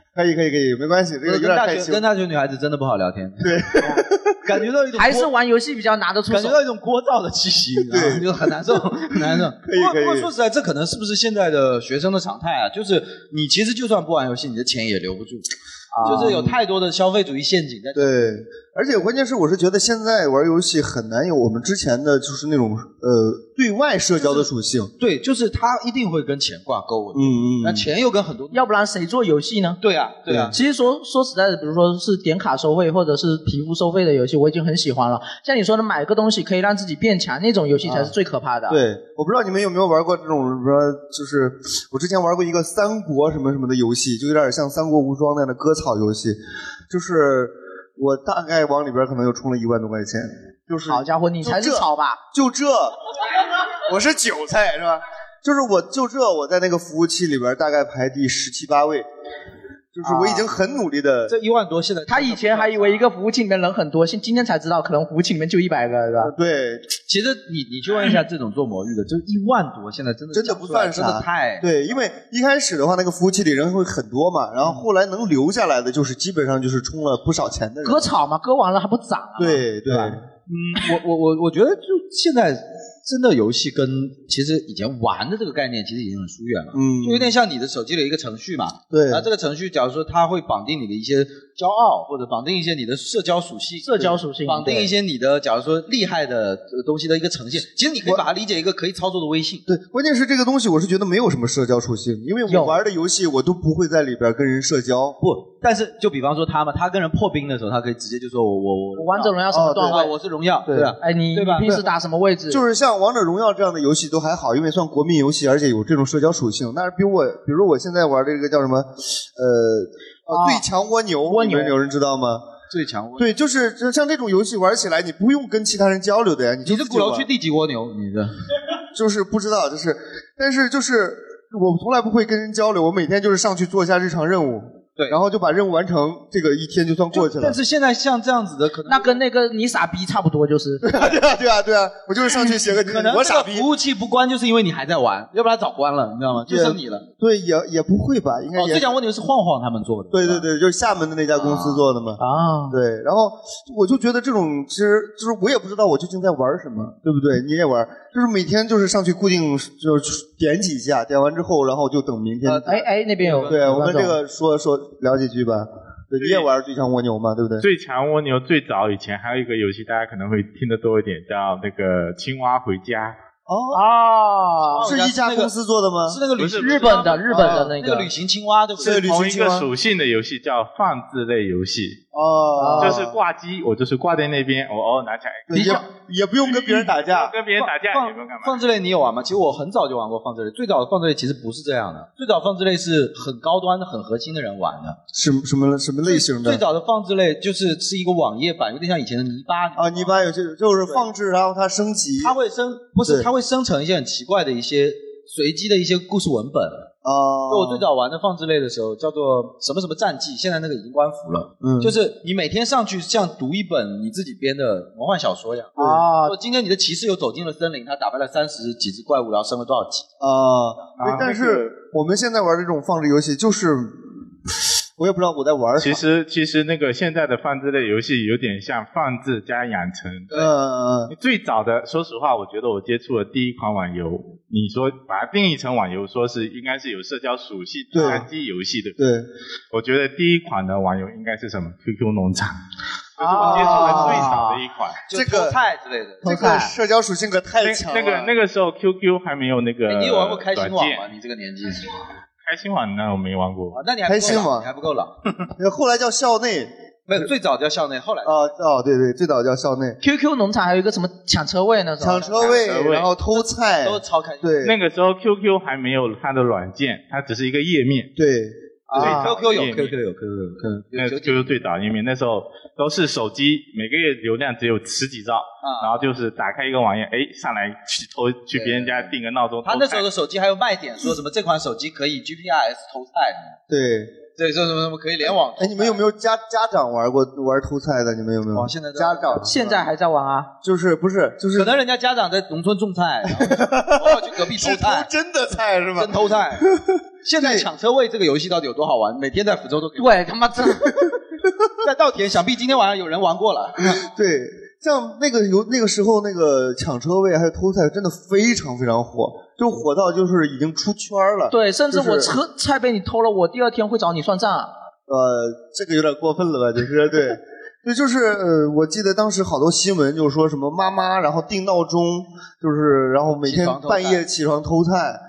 可以可以可以，没关系，这个有
跟
点
大
害
学
羞。
跟大学女孩子真的不好聊天，
对，
感觉到一种
还是
聒
玩游戏比较拿得出
感
手
觉？到一种聒噪的气息，啊你知道吗
对
就很难受， 很难受。
以
不过
可以
不过说实在，这可能是不是现在的学生的常态啊？就是你其实就算不玩游戏，你的钱也留不住，
啊
就是有太多的消费主义陷阱在。
对，而且关键是，我是觉得现在玩游戏很难有我们之前的就是那种呃对外社交的属性。
对，就是它一定会跟钱挂钩，我觉得
嗯嗯
那钱又跟很多
要不然谁做游戏呢？
对啊，对啊，
其实说说实在的，比如说是点卡收费或者是皮肤收费的游戏，我已经很喜欢了。像你说的，买个东西可以让自己变强那种游戏才是最可怕的。，
对，我不知道你们有没有玩过这种什么，就是我之前玩过一个三国什么什么的游戏，就有点像《三国无双》那样的割草游戏，就是我大概往里边可能又充了一万多块钱，就是
好家伙，你才是草吧？
就这，我是韭菜是吧？就是我就这，我在那个服务器里边大概排第十七八位，就是我已
啊
经很努力的。
这一万多现在
他以前还以为一个服务器里面人很多，现今天才知道可能服务器里面就一百个，是吧？
对，
其实你你去问一下这种做魔芋的，就一万多，现在真的
真的不算
真的
啥，
太
对，因为一开始的话，那个服务器里人会很多嘛，然后后来能留下来的就是基本上就是充了不少钱的人。
割草嘛，割完了还不长啊？
对对，
嗯，我我我我觉得就现在真的游戏跟其实以前玩的这个概念其实已经很疏远了，
嗯，
就有点像你的手机的一个程序嘛，
对
然后这个程序假如说它会绑定你的一些骄傲，或者绑定一些你的社交属性，
社交属性
绑定一些你的假如说厉害的呃东西的一个呈现，其实你可以把它理解一个可以操作的微信，
对，关键是这个东西，我是觉得没有什么社交属性，因为我玩的游戏我都不会在里边跟人社交。
不，但是就比方说他嘛，他跟人破冰的时候，他可以直接就说我我我
我王者荣耀什么段位
哦对我是荣耀，对吧？
哎，你
对吧
你平时打什么位置？
就是像王者荣耀这样的游戏都还好，因为算国民游戏，而且有这种社交属性。但是比如我，比如我现在玩的这个叫什么，呃，
啊
呃最强蜗牛，蜗牛有人知道吗？
最强蜗
对，就是就像这种游戏玩起来，你不用跟其他人交流的呀，你就
你
自
是
己
鼓楼
玩
区第几蜗牛？你的
就是不知道，就是，但是就是我从来不会跟人交流，我每天就是上去做一下日常任务，
对，
然后就把任务完成，这个一天就算过去了。
但是现在像这样子的，可能
那跟那个你傻逼差不多，就是。
对 啊，对啊，对啊，我就是上去写 个
可能
我
这
傻
个
逼
服务器不关，就是因为你还在玩，要不然早关了，你知道吗？就剩你了。
对，也也不会吧？应该
哦，
也
最强蜗牛是晃晃他们做的，
对对对，就是厦门的那家公司做的嘛。
啊，
对，然后我就觉得这种其实就是我也不知道我究竟在玩什么，对不对？你也玩，就是每天就是上去固定就是点几下，点完之后，然后就等明
啊
天。
哎哎，那边有
对
有
我们
观众
这个说说聊几句吧。对，你也玩最强蜗牛嘛，对不对？
最强蜗牛最早以前还有一个游戏，大家可能会听得多一点，叫那个青蛙回家。
哦
是一家公司做的吗？
是那个旅行
日本的日本的
哦
那
个
旅行青蛙，对不对？
是同一个属性的游戏，叫放置类游戏。
哦
就是挂机，我就是挂在那边，我偶尔拿起来。
对也也不用跟别人打架，
跟别人打架也不用干嘛。
放之类你有玩吗？其实我很早就玩过放之类，最早的放之类其实不是这样的，最早放之类是很高端的、很核心的人玩的。
什么什么什么类型的？
最早的放置类就是是一个网页版，有点像以前的泥巴
啊，泥巴有些就是放置，然后它升级，啊
它会生不是
对
它会生成一些很奇怪的一些随机的一些故事文本。
哦
就我最早玩的放置类的时候，叫做什么什么战记，现在那个已经关服了。
嗯
就是你每天上去像读一本你自己编的魔幻小说一样。
啊，
说今天你的骑士又走进了森林，他打败了三十几只怪物，然后升了多少级？
啊
啊，
但是我们现在玩这种放置游戏，就是我也不知道我在玩啥。
其实其实那个现在的放置类游戏有点像放置加养成。
呃，
最早的，说实话，我觉得我接触的第一款网游，你说把它定义成网游，说是应该是有社交属性
对
单机游戏的。
对，
我觉得第一款的网游应该是什么？QQ 农场。
啊，
接触的最少的一款，
这个菜之类的，
这个社交属性可太强了。
那个那个时候 QQ 还没有那个
哎你有玩过开心网
软
吗？
件
你这个年纪，哦
开心网那我没玩过。
那你还不够
开心
老
网
你还不够老。
后来叫校内，
没有，最早叫校内，后来
啊哦，对对，最早叫校内，
QQ 农场还有一个什么抢车位那种，
抢车位
抢车位然后
偷菜
都超开心。
对
那个时候 QQ 还没有它的软件，它只是一个页面。
对
啊，QQ 有
QQ
有 QQ
有 QQ 最早页面，那时候都是手机，每个月流量只有十几兆，
啊
然后就是打开一个网页，哎，上来去偷去别人家定个闹钟。
他那时候
偷
的手机还有卖点，说什么这款手机可以 GPRS 偷菜，
对。
对，说什么什么可以联网。
哎，你们有没有家家长玩过玩偷菜的？你们有没有？
哦现在
家长
现在还在玩啊？
就是不是就是
可能人家家长在农村种菜，然 后我要去隔壁偷菜，
真的菜是吧？
真偷菜。 现在抢车位这个游戏到底有多好玩？每天在福州都可以。
对，他妈 真。
在稻田，想必今天晚上有人玩过了。
对，像那个有那个时候那个抢车位还有偷菜，真的非常非常火，就火到就是已经出圈了。
对，甚至
就是
我车菜被你偷了，我第二天会找你算账。啊
呃，这个有点过分了吧？就是对，对，就是呃，我记得当时好多新闻就是说什么妈妈然后定闹钟，就是然后每
起
天
床偷菜哎
半夜起床偷菜，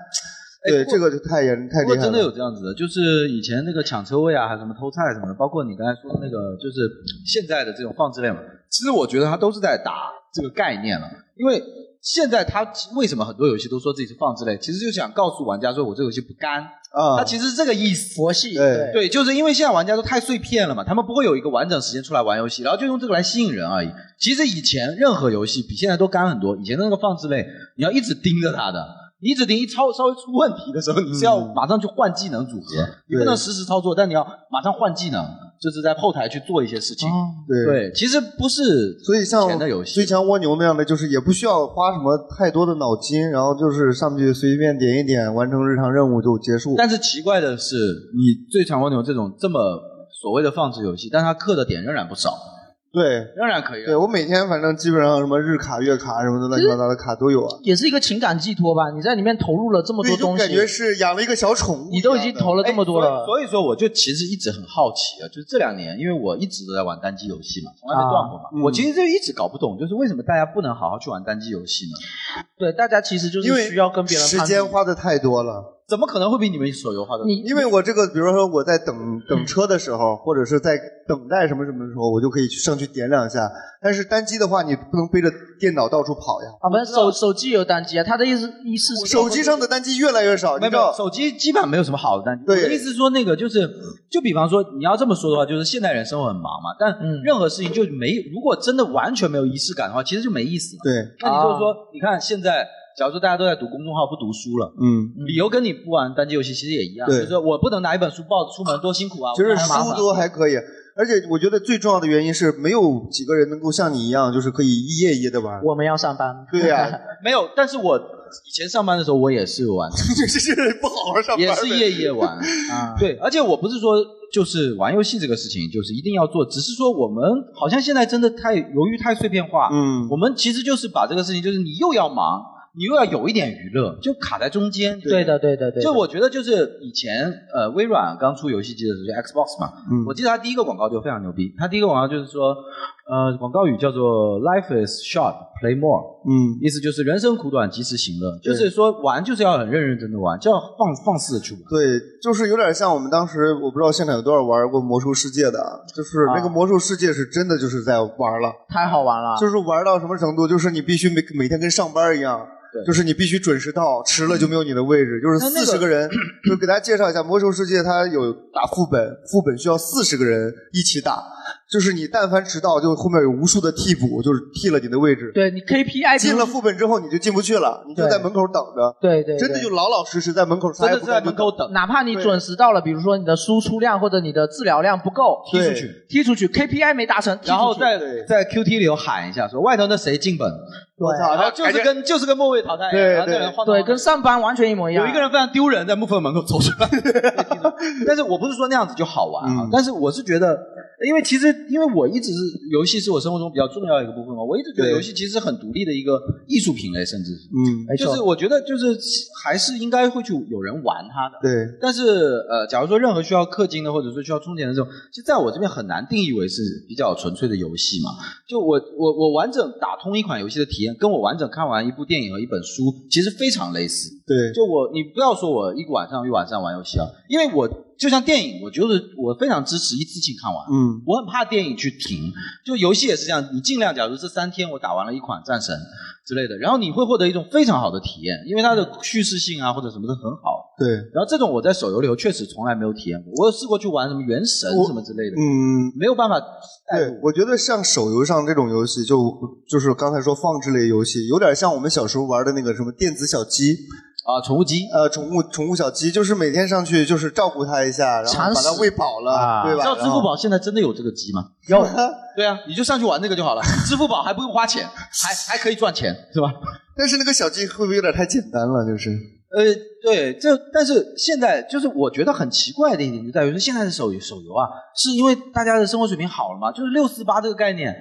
对，这个就太严太
不过
厉害
真
了。
的有这样子的，就是以前那个抢车位啊，还有什么偷菜什么的，包括你刚才说的那个，就是现在的这种放置类嘛，其实我觉得它都是在打这个概念了，因为现在他为什么很多游戏都说自己是放置类，其实就想告诉玩家说我这游戏不干
啊
他其实是这个意思，
佛系
对对，就是因为现在玩家都太碎片了嘛，他们不会有一个完整时间出来玩游戏，然后就用这个来吸引人而已。其实以前任何游戏比现在都干很多，以前的那个放置类，你要一直盯着它的，你一直盯，一超稍微出问题的时候，你是要马上去换技能组合，你不能实时操作，但你要马上换技能，就是在后台去做一些事情。
对
对，其实不是，
所以像
以前的游戏
最强蜗牛那样的，就是也不需要花什么太多的脑筋，然后就是上去随便点一点，完成日常任务就结束。
但是奇怪的是，你最强蜗牛这种这么所谓的放置游戏，但它氪的点仍然不少。
对，
仍然可以。
对我每天反正基本上什么日卡、月卡什么的乱七八糟的卡都有啊。
也是一个情感寄托吧。你在里面投入了这么多
对就
东西，
感觉是养了一个小宠物。
你都已经投了这么多了，
哎所以说，我就其实一直很好奇啊，就是这两年，因为我一直都在玩单机游戏嘛，从来没断过嘛。
啊嗯
我其实就一直搞不懂，就是为什么大家不能好好去玩单机游戏呢？
对大家其实就是
因为
需要跟别人
时
攀比
间花的太多了。
怎么可能会比你们手游花的？
因为我这个，比如说我在等等车的时
嗯
候，或者是在等待什么什么的时候，我就可以去上去点两下。但是单机的话，你不能背着电脑到处跑呀。
啊，不是手手机有单机啊，他的意思意思是
手机上的单机越来越少，
没
你
有
知
没有
道？
手机基本上没有什么好的单机。我
对
的意思是说，那个就是，就比方说你要这么说的话，就是现代人生活很忙嘛，但
嗯
任何事情就没，如果真的完全没有仪式感的话，其实就没意思了。
对
那你就是
啊
说，你看现在，假如说大家都在读公众号不读书了，
嗯，
理由跟你不玩单机游戏其实也一样，就
对
是说我不能拿一本书抱着出门，多辛苦啊，
其实
我怕麻
书
烦
都还可以，而且我觉得最重要的原因是没有几个人能够像你一样，就是可以一页一页的玩。
我们要上班。
对呀
没有，但是我以前上班的时候我也是玩，
就是不好好上 班
也
呗
是夜夜玩 啊。对，而且我不是说就是玩游戏这个事情就是一定要做，只是说我们好像现在真的太由于太碎片化，
嗯，
我们其实就是把这个事情就是你又要忙，你又要有一点娱乐，就卡在中间。
对的，对的，对的。
就我觉得，就是以前呃，微软刚出游戏机的时候，就 Xbox 嘛，
嗯
嗯
我记得它第一个广告就非常牛逼。它第一个广告就是说，呃，广告语叫做 “Life is short, play more”，
嗯，
意思就是人生苦短，及时行乐，就
对
是说玩就是要很认认真真的玩，就要放放肆的去玩。
对，就是有点像我们当时，我不知道现场有多少玩过魔兽世界的啊，就是那个魔兽世界是真的就是在玩了，
太好玩了，
就是玩到什么程度，就是你必须每每天跟上班一样。就是你必须准时到，迟了就没有你的位置。就是
那那个
四十个人，就给大家介绍一下《魔兽世界》，它有打副本，副本需要四十个人一起打。就是你但凡迟到，就后面有无数的替补，就是替了你的位置。
对你 KPI
进了副本之后你就进不去了，你就
对
在门口等着。
对对对
真的就老老实实在门口，啥也不干就等。
等，
哪怕你准时到了，比如说你的输出量或者你的治疗量不够，
踢出去，
踢出去，KPI 没达成，
然后
再
在在 QT 里头喊一下说外头那谁进本，
我操
然后就是跟就是跟末位淘汰一样，然后那个人晃
对，跟上班完全一模一样。
有一个人非常丢人，在木分门口走出来。 但是我不是说那样子就好玩啊，但是我是觉得，因为其实因为我一直是游戏是我生活中比较重要的一个部分嘛，我一直觉得
对
游戏其实很独立的一个艺术品类，甚至是。
嗯
没错
就是我觉得，就是还是应该会去有人玩它的，
对。
但是呃，假如说任何需要氪金的，或者说需要充钱的这种，其实在我这边很难定义为是比较纯粹的游戏嘛。就我我我完整打通一款游戏的体验，跟我完整看完一部电影和一本书其实非常类似。
对
就我你不要说我一个晚上一晚上玩游戏啊，因为我就像电影，我就是我非常支持一次性看完。
嗯，
我很怕电影去停，就游戏也是这样，你尽量，假如这三天我打完了一款战神之类的，然后你会获得一种非常好的体验，因为它的叙事性啊或者什么的很好。
对，
然后这种我在手游里头确实从来没有体验过，我有试过去玩什么原神什么之类的，
嗯，
没有办法。啊哎
对，我觉得像手游上这种游戏就，就是刚才说放置类游戏，有点像我们小时候玩的那个什么电子小鸡
啊，宠物鸡，
呃，宠物宠物小鸡，就是每天上去就是照顾它一下，然后把它喂饱了，对吧？
你知道啊支
然后
付宝现在真的有这个鸡吗？
有，
对啊，你就上去玩那个就好了。支付宝还不用花钱，还还可以赚钱，是吧？
但是那个小鸡会不会有点太简单了？就是
呃，对，这但是现在就是我觉得很奇怪的一点就在于说，现在的手手游啊，是因为大家的生活水平好了嘛，就是六四八这个概念，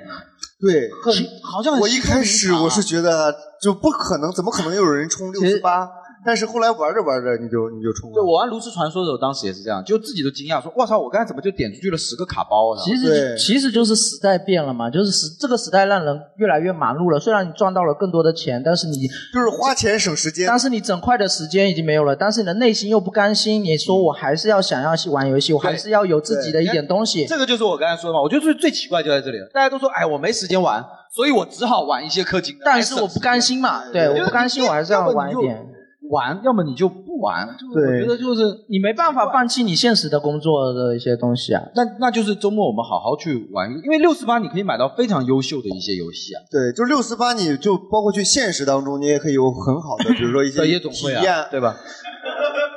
对，
很好像很
我一开
稀松
始
平常啊
我是觉得就不可能，怎么可能有人充六十八？但是后来玩着玩着你就你就冲了。
对我玩炉石传说的时候，当时也是这样，就自己都惊讶说：“我操，我刚才怎么就点出去了十个卡包啊？”
其实其实就是时代变了嘛，就是时这个时代让人越来越忙碌了。虽然你赚到了更多的钱，但是你
就是花钱省时间，
但是你整块的时间已经没有了。但是你的内心又不甘心，你说我还是要想要去玩游戏，我还是要有自己的一点东 西。
这个就是我刚才说的嘛，我觉得最最奇怪就在这里了，大家都说：“哎，我没时间玩，所以我只好玩一些氪金的。”哎
但是我不甘心嘛，对，我不甘心，我还是要玩一点。
玩，要么你就不玩。
对，
我觉得就是
你没办法放弃你现实的工作的一些东西啊。
那那就是周末我们好好去玩，因为六十八你可以买到非常优秀的一些游戏啊。
对，就六四八，你就包括去现实当中，你也可以有很好的，比如说 一些
在夜总
体
会
验，
啊，对吧？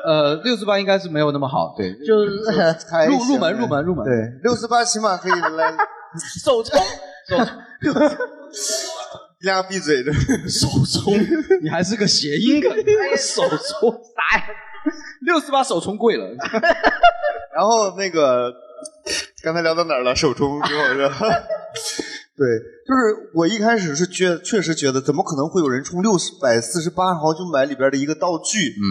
呃，六四八应该是没有那么好，对，
就是
开
入
心
入门入门入门，
哎啊对，六四八起码可以来
手冲，
你俩闭嘴的
手冲，你还是个谐音梗，手冲啥呀？六四八手冲贵了，嗯
然后那个刚才聊到哪儿了？手冲之后是吧？ 对，就是我一开始是觉确实觉得，怎么可能会有人充六百四十八，然后就买里边的一个道具，嗯，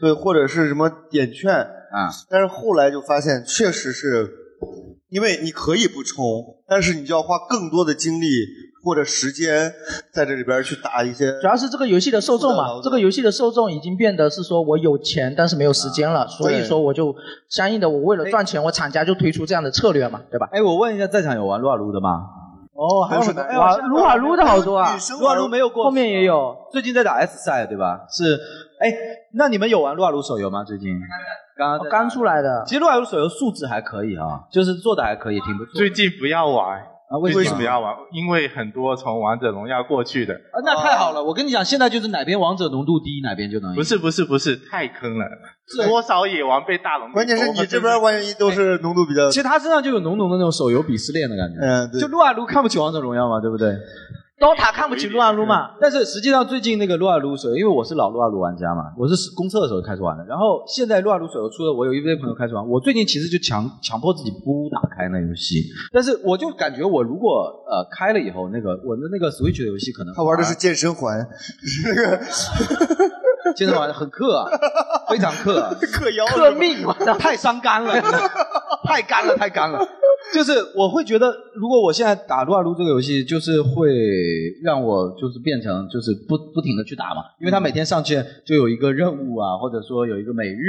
对，或者是什么点券啊？但是后来就发现，确实是因为你可以不充，但是你就要花更多的精力或者时间在这里边去打一些。
主要是这个游戏的受众嘛，这个游戏的受众已经变得是说我有钱，但是没有时间了，所以说我就相应的，我为了赚钱，我厂家就推出这样的策略嘛，对吧？
哎，我问一下，在场有玩撸啊撸的吗？
哦，还有
是
很
的
多
哎
哇，
我
撸啊撸的好多啊，
撸啊撸没有过，
后面也有。
最近在打 S 赛对吧？是，哎，那你们有玩撸啊撸手游吗？最近刚刚
刚出来的。
其实撸啊撸手游素质还可以啊，就是做的还可以，挺不错。
最近不要玩
啊为什么
最近不要玩？因为很多从王者荣耀过去的，
啊，那太好了！我跟你讲，现在就是哪边王者浓度低，哪边就能赢。
不是不是不是，太坑了，多少野王被大龙给
关键是
收了
你这边
万一都是浓度比较
其实他身上就有浓浓的那种手游鄙视链的感觉。
嗯，对
就撸啊撸看不起王者荣耀嘛，对不对？
DOTA 看不起撸啊撸 嘛。
但是实际上最近那个撸啊撸手游，因为我是老撸啊撸玩家嘛，我是公测的时候开始玩的。然后现在撸啊撸手游出了，我有一堆朋友开始玩。我最近其实就强强迫自己不打开那游戏，但是我就感觉我如果呃开了以后，那个我的那个 Switch 的游戏可能
他玩的是健 身环，是那个
健身环很克啊， 非常克啊，
克腰
克命，太伤肝了，太干了，太干了。就是我会觉得，如果我现在打撸啊撸这个游戏，就是会让我就是变成就是不不停的去打嘛，因为它每天上去就有一个任务啊，或者说有一个每日，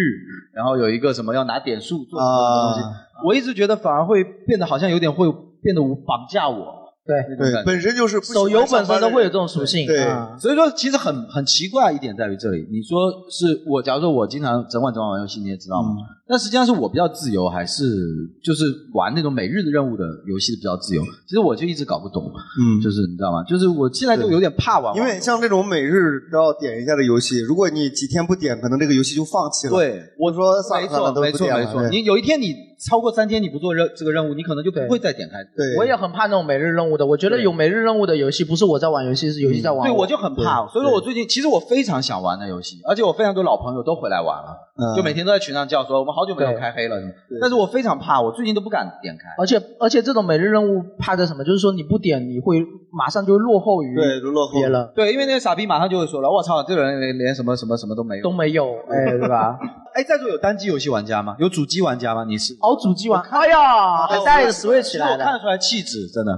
然后有一个什么要拿点数做什么东西，
啊
我一直觉得反而会变得好像有点会变得绑架我。
对
对，本身就是不喜欢
手游本
上班
身
的
都
人
会有这种属性，
对，
啊
所以说，其实很很奇怪一点在于这里，你说是我，假如说我经常整晚整晚玩游戏，你也知道嘛。
嗯
但实际上是我比较自由，还是就是玩那种每日的任务的游戏比较自由？其实我就一直搞不懂，
嗯，
就是你知道吗？就是我现在就有点怕玩，
因为像这种每日都要点一下的游戏，如果你几天不点，可能这个游戏就放弃了。
对，
我说算
没
了算了
错
都
没
不
错
点了
没错，
对
你有一天你超过三天你不做任这个任务，你可能就不会再点开。
对
我也很怕那种每日任务的。我觉得有每日任务的游戏，不是我在玩游戏，是游戏在玩。
嗯对，我就很怕，所以说我最近其实我非常想玩那游戏，而且我非常多老朋友都回来玩了，
嗯
就每天都在群上叫说我们好久没有开黑了，但是我非常怕，我最近都不敢点开。
而且而且这种每日任务怕的什么？就是说你不点，你会马上就会落后于别人。
对，因为那个傻逼马上就会说了，我操，这个人连连什么什么什么都没有，都
没有，哎对 吧？
哎，在座有单机游戏玩家吗？有主机玩家吗？你是？
哦，主机玩，哎呀，
哦
还带着 Switch
其实
来
哦我看得
的。
出来气质，真的，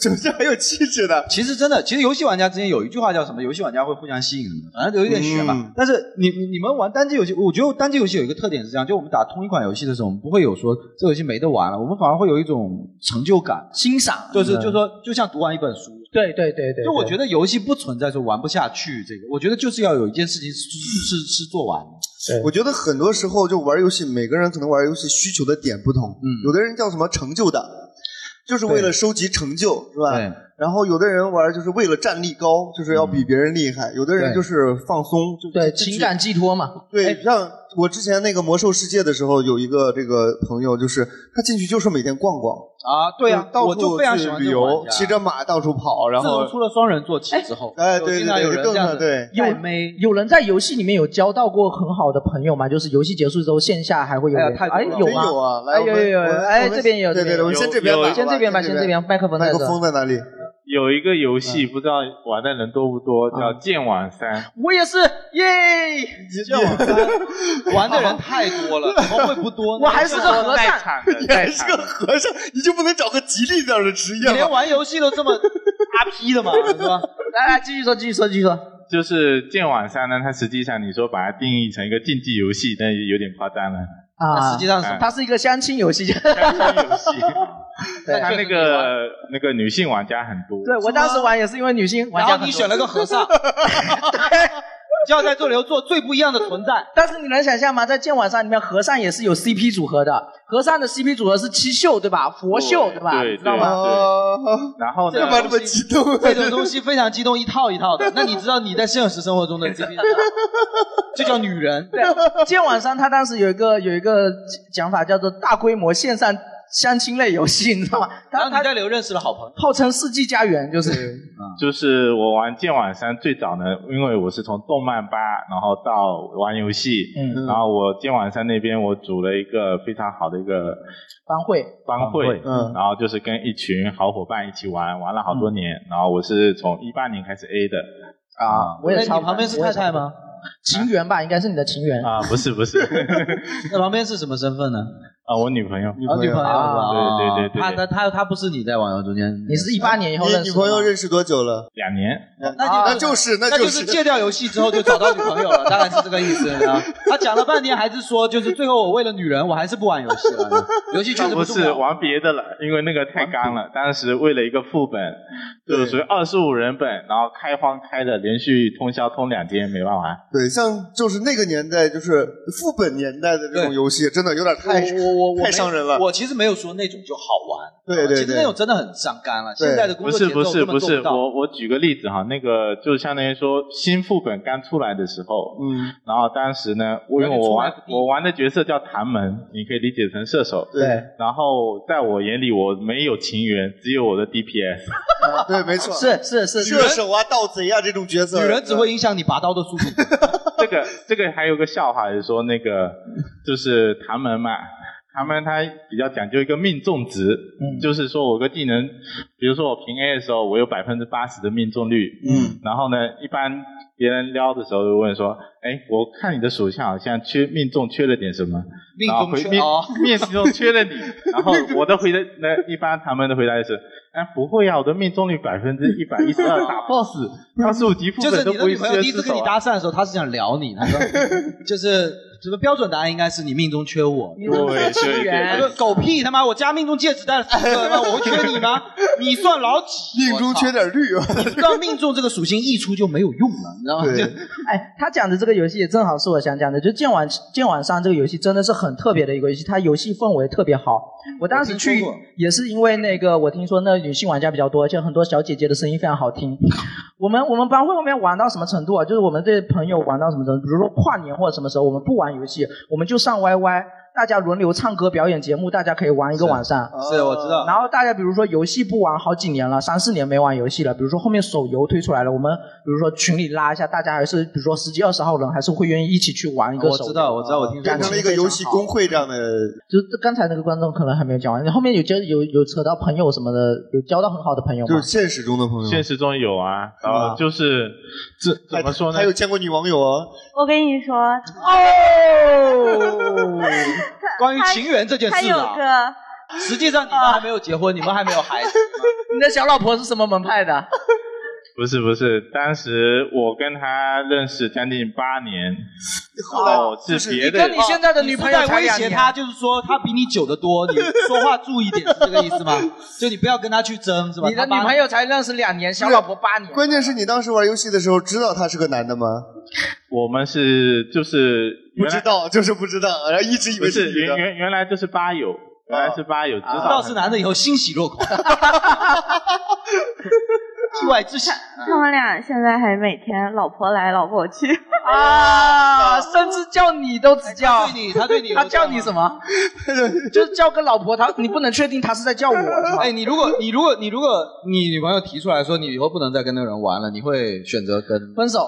这这还有气质的。
其实真的，其实游戏玩家之间有一句话叫什么？游戏玩家会互相吸引什么的，反正有一点悬吧。
嗯
但是你你你们玩单机游戏，我觉得单机游戏有一个特点是这样，就我们打同一款游戏的时候，我们不会有说这游戏没得玩了，我们反而会有一种成就感、
欣赏
就是
嗯
就是说，就像读完一本书。
对对对对，
就我觉
得
得游戏不存在说玩不下去这个，我觉得就是要有一件事情是是是是做完的。
我觉得很多时候就玩游戏，每个人可能玩游戏需求的点不同。嗯，有的人叫什么成就党，就是为了收集成就，是吧
对？
然后有的人玩就是为了战力高，就是要比别人厉害；有的人
对
就是放松，就
对
就
情感哎寄托嘛。
对，像我之前那个魔兽世界的时候，有一个这个朋友，就是他进去就是每天逛逛
啊，对啊
就是到
我
处
就非常喜欢
去旅
这种
游
玩，家
骑着马到处跑，然后
自从出了双人坐骑之后，
哎
就
对
经常有
对对
人
更
这样子
对
有有人在游戏里面有交到过很好的朋友吗？就是游戏结束之后，线下还会有
哎呀
人
太多
哎
了
有
真
吗？
有啊来
哎
我
有
们
有有
我们
哎
我们
这边也有，
对对对
边也有
我们先这边吧
先这边吧，
好吧
先这边麦克风
麦
在
克
这。
风在哪里？
有一个游
嗯
戏，不知道玩的人多不多，
啊
叫《剑网三》。
我也是，耶！
剑网三玩的人太多了，怎么会不多呢？
我还是个和
在
尚
场，
你还是个和尚，你就不能找个吉利点儿的职业
你
吗？
连玩游戏都这么阿 P 的吗？是吧？来来，继续说，继续说，继续说。
就是《剑网三》呢，它实际上你说把它定义成一个竞技游戏，那有点夸张了。
啊，
实际上是
它是一个相亲游 戏。
它那个那个女性玩家很多，
对我当时玩也是因为女性玩家
然
很多，
后你选了个和 尚，
就要在做流做最不一样的存在。但是你能想象吗？在剑网上里面，和尚也是有 CP 组合的，和尚的 CP 组合是七秀对吧？佛秀对吧？
对
知道吗？
吗？
然后呢？
这么这么
激动啊
这种东西非常激动，一套一套的。那你知道你在现实生活中的 CP 是啥这叫女人。
对，剑网商他当时有一个有一个讲法叫做大规模线上相亲类游戏，你知道吗？然后
你在流认识了好朋友，
号称世纪佳缘，就是
就是我玩《剑网三》最早呢，因为我是从动漫吧，然后到玩游戏，
嗯
然后我《剑网三》那边我组了一个非常好的一个
帮会
帮会，
嗯
然后就是跟一群好伙伴一起玩，玩了好多年，然后我是从一八年开始 A 的，
啊我也差不
哎
多
旁边是太太吗？
情缘吧，应该是你的情缘
啊，不是不是，
那旁边是什么身份呢？
啊，我女朋友，
啊，女朋友是吧？
对对对对，
他他他他不是你在网游中间，
你是一八年以后
你
认
女
识
朋
的
友
吗？
认识多久了？
两年，
那就
啊那就是那
那
就是
是戒掉游戏之后就找到女朋 友了，大概是这个意思啊。他讲了半天还是说，就是最后我为了女人，我还是不玩游戏 了。游戏确实
不
重
是
要。
玩别的了，因为那个太干了。当时为了一个副本，就是属于二十五人本，然后开荒开的，连续通宵通两天没办完。
对，像就是那个年代，就是副本年代的这种游戏，真的有点太
我我
太伤人了。
我其实没有说那种就好玩，
对对
其实
对
那种真的很伤肝了。现在的工
不
作
是
节奏
不是
根本
不
做
是，
到。
我我举个例子哈，那个就是相当于说新副本刚出来的时候，
嗯，
然后当时呢，我因为我玩我玩的角色叫唐门，你可以理解成射手，
对
然后在我眼里我没有情缘，只有我的 DPS。
啊对，没错，
是是是
射手啊、盗贼啊这种角色，
女人只会
影响你拔刀的速度。
这个这个还有个笑话，就是说那个就是唐门嘛，唐门他比较讲究一个命中值，就是说我个技能，比如说我平 A 的时候，我有百分之八十的命中率，
嗯，
然后呢，一般别人撩的时候就问说，哎，我看你的属相好像缺命中缺了点什么，
命
然后
中
回
缺
啊命
哦
命中缺了你，然后我的回答，那一般唐门的回答就是，哎，不会啊，我的命中率百分之一百一十二，打 BOSS，二十五级副
就是
本都
你
不
的女
会
朋友
先
第一次跟
失手
你
啊。
搭讪的时候，她是想聊你，她说就是什么标准答案应该是你命中缺我，
对对对对
她说狗屁他妈，我家命中戒指戴了四个，他妈我会缺你吗？你算老几？
命中缺点啊绿，
你知道命中这个属性溢出就没有用了，你知道吗？就
哎，他讲的这个游戏也正好是我想讲的，就剑网剑网上这个游戏真的是很特别的一个游戏，它游戏氛围特别好。我当时去也是因为那个，我听说那女性玩家比较多，而且很多小姐姐的声音非常好听。我们我们班会后面玩到什么程度啊？就是我们这朋友玩到什么程度，比如说跨年或者什么时候，我们不玩游戏，我们就上 YY。大家轮流唱歌、表演节目，大家可以玩一个晚上。
是我知道。
然后大家比如说游戏不玩好几年了，三四年没玩游戏了，比如说后面手游推出来了，我们比如说群里拉一下，大家还是比如说十几二十号人还是会愿意一起去玩一个手游。
我知道我知道我听说过
感
变
情
成了一个游戏工会这样的。
就是刚才那个观众可能还没有讲完，你后面有交有有扯到朋友什么的，有交到很好的朋友吗？
现实中的朋友
现实中有啊，
吧
呃，就是这怎么说呢？
还哎有见过女网友啊，
我跟你说，
哦，
关于情缘这件啊
他
事
有
吧，
个
实际上你们还没有结婚，你们还没有孩子。
你的小老婆是什么门派的？
不是不是，当时我跟他认识将近八年，
后来
哦
就是是
别的，
哦你是在威胁
啊
他，就是说他比你久得多，你说话注意点，是这个意思吗？就你不要跟他去争，是吧？
你的
他把
女朋友才认识两年，小老婆八年。
关键是你当时玩游戏的时候知道他是个男的吗？
我们是就是
不
原来
知道，就是不知道，然后一直以
不
为
是
女
原
的。哦啊
原原来就是吧友，原来是吧友，知
啊
知道
道
是男的以后欣喜若狂， 意外 之喜。
哦
他们俩现在还每天老婆来老婆去，
啊，甚至叫你都只叫
哎他对你他对你有
他叫你什么？就是叫个老婆，他你不能确定他是在叫我。是吧
哎，你如果你如果你如果你女朋友提出来说你以后不能再跟那个人玩了，你会选择跟
分手？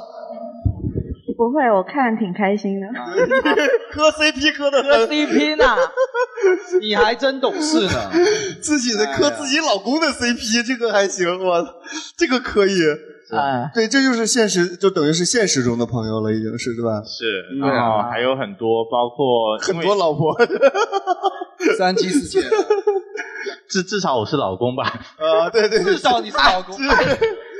不会，我看挺开心的。
啊
磕 CP 磕的
磕 CP 呢？
你还真懂事呢。
自己的磕自己老公的 CP，这个还行，我操这个可以。
哎，
对，这就是现实，就等于是现实中的朋友了，已经是是吧？
是，
对啊
然后还有很多，包括
很多老婆，
三妻四妾，
至至少我是老公吧？
啊，对 对，对
至少你是 老公，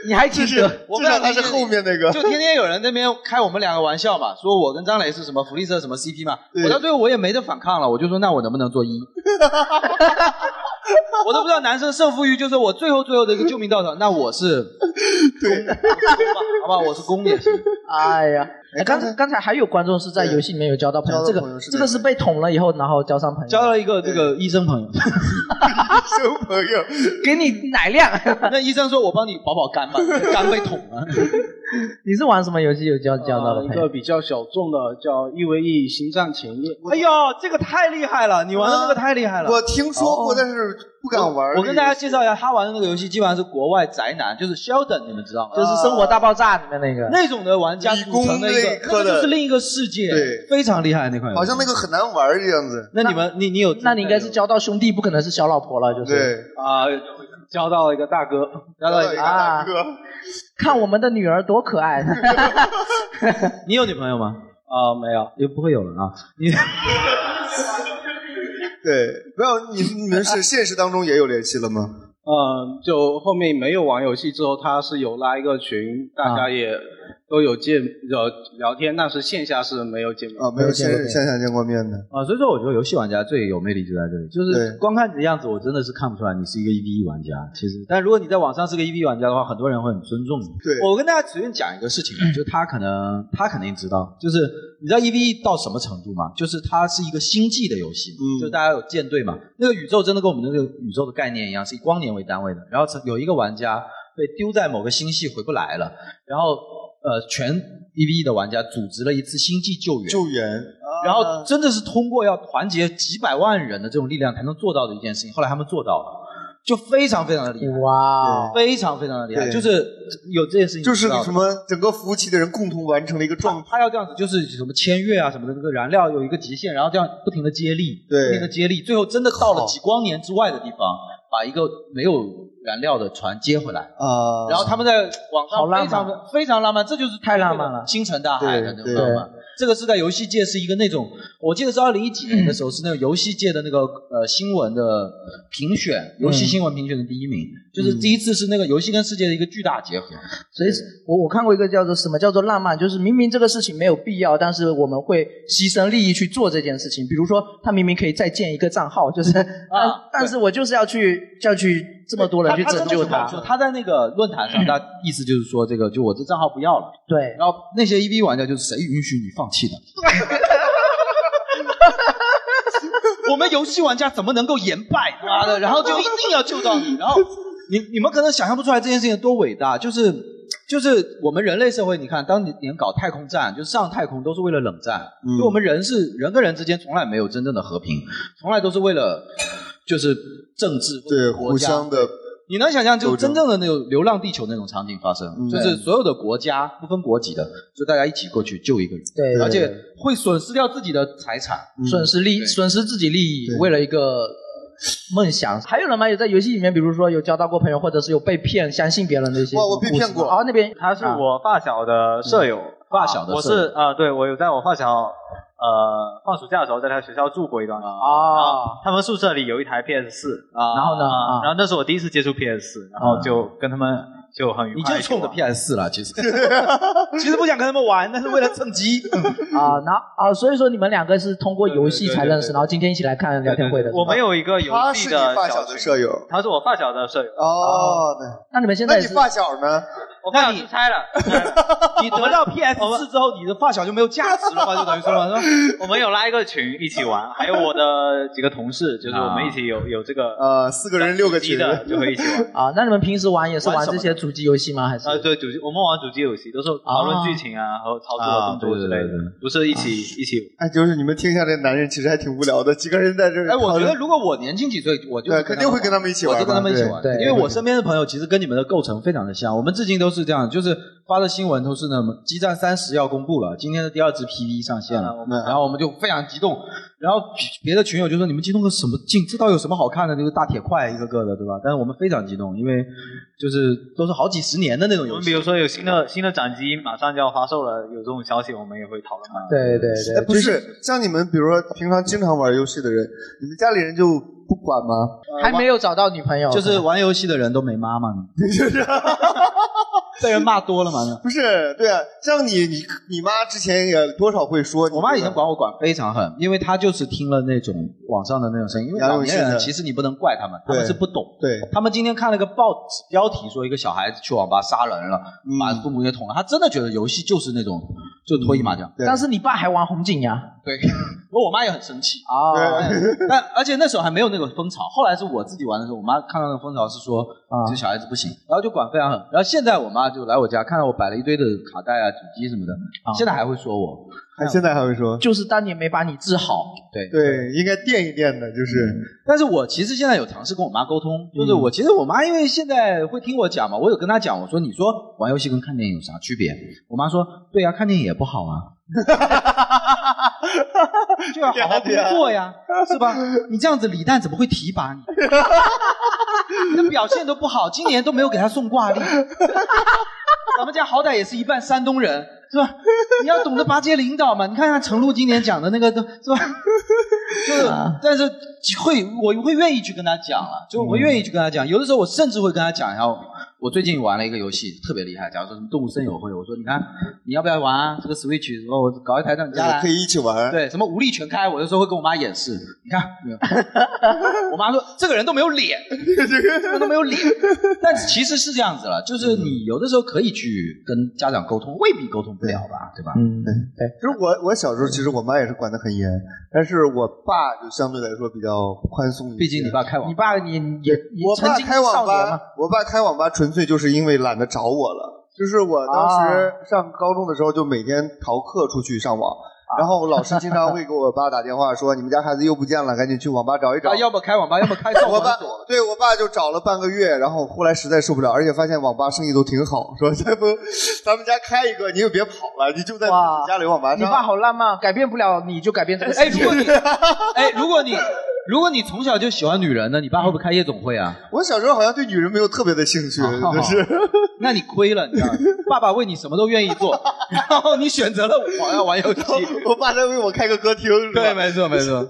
你还
记
至少
得？我们俩
至少他是后面 那个
就天天有人在那边开我们两个玩笑嘛，说我跟张磊是什么福利社什么 CP 嘛，我到最后我也没得反抗了，我就说那我能不能做 一？我都不知道男生胜负欲就是我最后最后的一个救命 稻草，那我是好吧，我是公也行。
哎呀，哎刚才刚才还有观众是在游戏里面有交到朋友，这个这个是被捅了以后，然后交上朋友，交
到一个这个医生朋友，
生朋友，
给你奶量。
那医生说我帮你保保 肝吧，肝被捅了。
你是玩什么游戏有交交到
呃
的
一
朋
个
友？
比较小众的叫一 v 一心脏前夜。
哎呦，这个太厉害了！你玩的那个太厉害了。
我听说过但
是不
敢玩
我跟大家介绍一下，他玩的那个游戏基本上是国外宅男，就是 Sheldon，你们知道吗？啊
就是《生活大爆炸》里面那个，
那种的玩家组成的一
理
个，
工类科的
那就是另一个世界，
对，
非常厉害那款游戏。
好像那个很难玩这样子。
那你们，你你有？
那你应该是交到兄弟，不可能是小老婆了，就是。
啊，交到一个大哥，
交
到一个大
哥。
看我们的女儿多可 爱！
你有女朋友吗？
啊，没有，
也不会有了啊。你
对，没有你你们 是现实当中也有联系了吗？
嗯，就后面没有玩游戏之后，他是有拉一个群，大家也都有见有聊天，但是线下是没有见面
啊，没有线线下见过面的。
啊，所以说我觉得游戏玩家最有魅力就在这里，就是光看你的样子，我真的是看不出来你是一个一 v 一玩家。其实，但如果你在网上是个一 E v 一玩家的话，很多人会很尊重你。
对嗯
我跟大家随便讲一个事情吧，啊就他可能他肯定知道，就是你知道一 v 一到什么程度吗？就是它是一个星际的游戏，
嗯
就大家有舰队嘛，那个宇宙真的跟我们的那个宇宙的概念一样，是以光年为单位的。然后有一个玩家被丢在某个星系回不来了，然后呃，全一 v 一的玩家组织了一次星际救援，
救援
然后真的是通过要团结几百万人的这种力量才能做到的一件事情。后来他们做到了，就非常非常的厉害，
哇，哦
非常非常的厉害，
对
就是有这件事情
就是
知道的
什么整个服务器的人共同完成了一个状
态。他要这样子，就是什么签约啊什么的，那个燃料有一个极限，然后这样不停的接力，
对
不停的接力，最后真的到了几光年之外的地方，把一个没有燃料的船接回来
啊
然后他们在网上
好浪漫
非常的非常浪漫，这就是太浪漫了，星辰大海的那种
对
浪漫。这个是在游戏界是一个那种，我记得是二零一几年的时候，是那种游戏界的那个呃新闻的评选，游戏新闻评选的第一名，就是第一次是那个游戏跟世界的一个巨大结合。
所以，我我看过一个叫做什么叫做浪漫，就是明明这个事情没有必要，但是我们会牺牲利益去做这件事情。比如说，他明明可以再建一个账号，就是，
啊
但、但是我就是要去要去这么多人去拯救
他。他真的是这么说他在那个论坛上，他意思就是说，这个就我这账号不要了。
对。
然后那些 E V 玩家就是谁允许你放弃的？我们游戏玩家怎么能够言败？妈的，然后就一定要救到你，然后你你们可能想象不出来这件事情多伟大，就是就是我们人类社会，你看当年搞太空战，就上太空都是为了冷战，
嗯
因为我们人是人跟人之间从来没有真正的和平，从来都是为了就是政治对
互相的。
你能想象，就
斗
真
争
正的那种《流浪地球》那种场景发生，
嗯
就是所有的国家不分国籍的，就大家一起过去救一个人，
对
而且嗯会损失掉自己的财产，
嗯
损失利损失自己利益，为了一个梦想。还有人吗？有在游戏里面，比如说有交到过朋友，或者是有被骗、相信别人的一些什么故事吗。哦，那边
他是我发小的舍友，
啊
发小的
我
舍友
是啊，对我有在我发小呃放暑假的时候在他学校住过一段啊。
哦，
他们宿舍里有一台 PS 四啊，
然后呢
啊
啊
然后那是我第一次接触 PS 四，然后就跟他们就很愉
你
快。
就是冲着 PS
哎
四
啊
了，其实 其实不想跟他们玩，但是为了蹭机。
啊，然后啊，所以说你们两个是通过游戏才认识，然后今天一起来看聊天会的。
我们有一个游
他
戏
是
的
你发小
群
的舍友，
他是我发小的舍友。
哦，对。
那你们现
在那你发小呢？
我发小出差了，
你得到 PS 四之后，你的发小就没有价值了 吧？就等于说了，是吧
我们有拉一个群一起玩，还有我的几个同事，就是我们一起
啊
有有这个
呃四个人六个群
的就会一起玩。
啊，那你们平时玩也是
玩
玩
什
这
么
些主机游戏吗？还是
啊，
呃
对，主机我们玩主机游戏都是讨论剧情啊，和操作啊动作之类的，不是一起一起。
哎，就是你们听一下，这男人其实还挺无聊的，几个人在这儿。
哎，我觉得如果我年轻几岁，我就
对肯定会跟他们一起玩
我就跟他们一起
对
玩，
对
因为我身边的朋友其实跟你们的构成非常的像，我们至今都是是这样，就是发的新闻都是那么，激战三十要公布了，今天的第二支 PV 上线了，然后我们就非常激动，然后别的群友就说你们激动个什么劲？这到底有什么好看的？就是大铁块一个个的，对吧？但是我们非常激动，因为就是都是好几十年的那种
我
游
们
戏
比。如说有新的新的掌机马上就要发售了，有这种消息我们也会讨论嘛。
对对
哎不是像你们，比如说平常经常玩游戏的人，你们家里人就不管吗？
还没有找到女朋友，
就是玩游戏的人都没妈妈呢，
就是
被人骂多了嘛。
不是，对啊，像你你你妈之前也多少会说，我
妈以前管我管非常狠，因为她就是听了那种网上的那种声音，因为
杨
老
永
年
信
人
的
其实你不能怪他们，他们
对
是不懂。
对，
他们今天看了个报纸标题，说一个小孩子去网吧杀人了，
嗯
把父母也捅了，他真的觉得游戏就是那种就脱衣麻将。
但是你爸还玩红警呀？
对，不过我妈也很生气
啊
但但而且那时候还没有那个风潮，后来是我自己玩的时候，我妈看到那个风潮是说，
啊
这小孩子不行，然后就管非常狠。然后现在我妈就来我家，看到我摆了一堆的卡带啊、主机什么的，现在还会说我。
还现在还会说，
就是当年没把你治好。
对
对，应该垫一垫的，就是
但是我其实现在有尝试跟我妈沟通，就是我其实我妈因为现在会听我讲嘛，我有跟她讲，我说你说玩游戏跟看电影有啥区别？我妈说对呀、看电影也不好啊， 就要好好工作呀，是吧？你这样子李诞怎么会提拔你？ 你的表现都不好，今年都没有给他送挂历。咱们家好歹也是一半山东人，是吧？你要懂得巴结领导嘛。你看看程璐今年讲的那个都是吧？就是，
啊
但是会我会愿意去跟他讲了，就我愿意去跟他讲。有的时候我甚至会跟他讲一下，我最近玩了一个游戏特别厉害，假如说什么动物森友会，我说你看你要不要玩啊？这个 Switch，什么我搞一台到你家来，
可以一啊起玩。
对，什么无力全开，我有时候会跟我妈演示，你看，我妈说这个人都没有 脸，这个都没有脸。但是其实是这样子了，就是你有的时候可以去跟家长沟通，未必沟通不了吧，对吧？
嗯，
对。就是我我小时候其实我妈也是管得很严，但是我爸就相对来说比较宽松一些。毕
竟你爸开网，
你爸也也
我
曾
爸
经
开网
少年嘛
吧，我爸开网吧纯粹就是因为懒得找我了。就是我当时上高中的时候，就每天逃课出去上网，然后老师经常会给我爸打电话说：“你们家孩子又不见了，赶紧去网吧找一找。”
啊，要么开网吧，要么 开少
我
管
爸
所。
对我爸就找了半个月，然后后来实在受不了，而且发现网吧生意都挺好，说再不咱们家开一个，你也别跑了，你就在
哇
你家里网吧上。
你爸好浪漫，啊改变不了你就改变这 个世界。
哎如果你哎，如果你如果你从小就喜欢女人呢，你爸会不会开夜总会啊？
我小时候好像对女人没有特别的兴趣，就是
那你亏了，你知道吗？爸爸为你什么都愿意做， 然后你选择了我要玩游 戏，
我爸在为我开个歌厅，
对，没错没 错。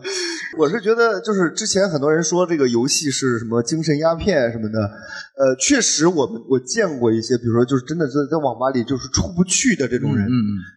我是觉得，就是之前很多人说这个游戏是什么精神鸦片什么的，呃，确实我们我见过一些，比如说就是真的在在网吧里就是出不去的这种人，
嗯，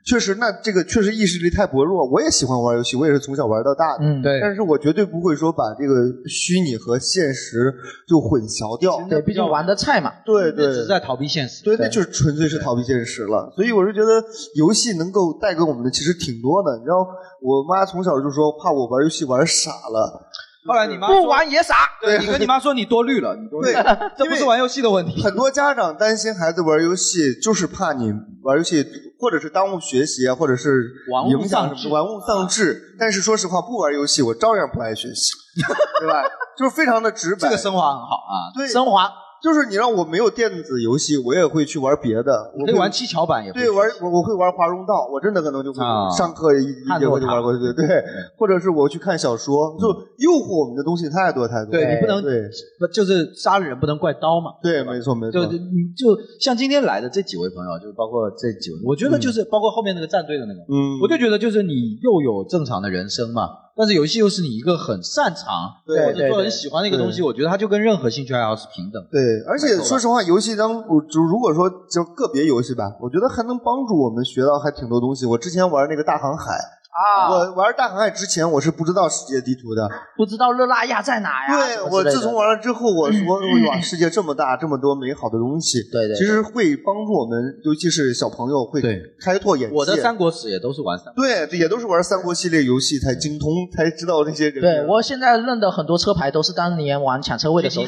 确实，那这个确实意识力太薄弱。我也喜欢玩游戏，我也是从小玩到大的，
嗯对
但是我绝对不会说把这个虚拟和现实就混淆掉，
对，毕竟玩的菜嘛。
对对，
只是在逃避现实。
对，那就是纯粹是逃避现实了。所以我是觉得游戏能够带给我们的其实挺多的。你知道，我妈从小就说怕我玩游戏玩傻了。
后来你妈
不玩也傻。
对你跟你妈说你多虑了，你多虑了，这不是玩游戏的问题。
很多家长担心孩子玩游戏，就是怕你玩游戏或者是耽误学习啊，或者是
玩物
影响
丧
什
志
么玩物丧志。但是说实话，不玩游戏我照样不爱学习， 对吧？就是非常的直白。
这个升华很好啊，
对
升华
就是你让我没有电子游戏，我也会去玩别的。我
可以
会
玩七巧板也会
对，玩我我会玩华容道，我真的可能就会
啊
上课一
看
节
过
课就
它
玩过去，对，或者是我去看小说，就诱惑我们的东西太多太多。
对你不能
对
不就是杀了人不能怪刀嘛？
对，没错没
就
错。
就就像今天来的这几位朋友，就是包括这几位，我觉得就是包括后面那个战队的那个，
嗯
我就觉得就是你又有正常的人生嘛，但是游戏又是你一个很擅长
对
或者
对
说
对
很喜欢的一个东西，
对
我觉得它就跟任何兴趣爱好是平等的。
对，而且说实话，游戏当我就如果说就个别游戏吧，我觉得还能帮助我们学到还挺多东西。我之前玩那个大航海，
啊，
我玩大航海之前我是不知道世界地图的，
不知道热那亚在哪呀？啊什
对
么之
我
类的
自从玩了之后，我我我哇，世界这么大，这么多美好的东西，对
对
其实会帮助我们，尤其是小朋友会开拓眼界。
我的三国史也都是玩三国，
对，也都是玩三国系列游戏才精通，才知道那些人。
对我现在认的很多车牌都是当年玩抢车位的时候。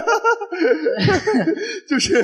哎
就是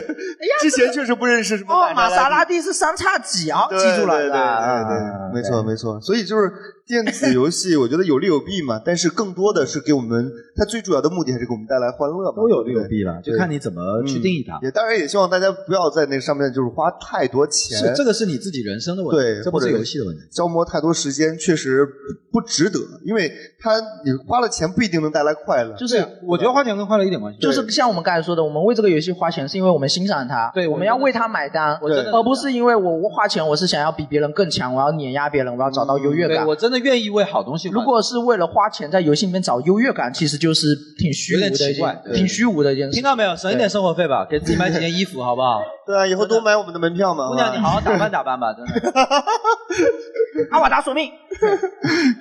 之前确实不认识什么
哦，玛
玛莎
莎
拉
拉蒂是三叉戟啊，记
对
住了，
对对对对，没错没错。所以就是电子游戏，我觉得有利有弊嘛，但是更多的是给我们，它最主要的目的还是给我们带来欢乐嘛。都有利有
弊了，就看你怎么
嗯
去定义它
也当然也希望大家不要在那上面就是花太多钱，
是这个是你自己人生的问题，
对，
这不是游戏的问题。
题。消磨太多时间确实不值得，因为它你花了钱不一定能带来快乐。
就是
我觉得花钱跟快乐一点关系
就是像我们刚才说的，我们为这个游戏花钱是因为我们欣赏它，对，我们要为它买单，
我真的
而不是因为我我花钱我是想要比别人更强，我要碾压别人，我要找
哦
到优越
嗯对
感。
我真的愿意为好东西花。
如果是为了花钱在游戏里面找优越感，其实就是挺虚
有
无
点
的一
奇怪
件，，挺虚无的一件事。
听到没有？省一点生活费吧，给自己买几件衣服，好不 好？
对啊，以后多买我们的门票嘛。
姑娘，你好好打 扮打扮吧，真的。
阿瓦达索命，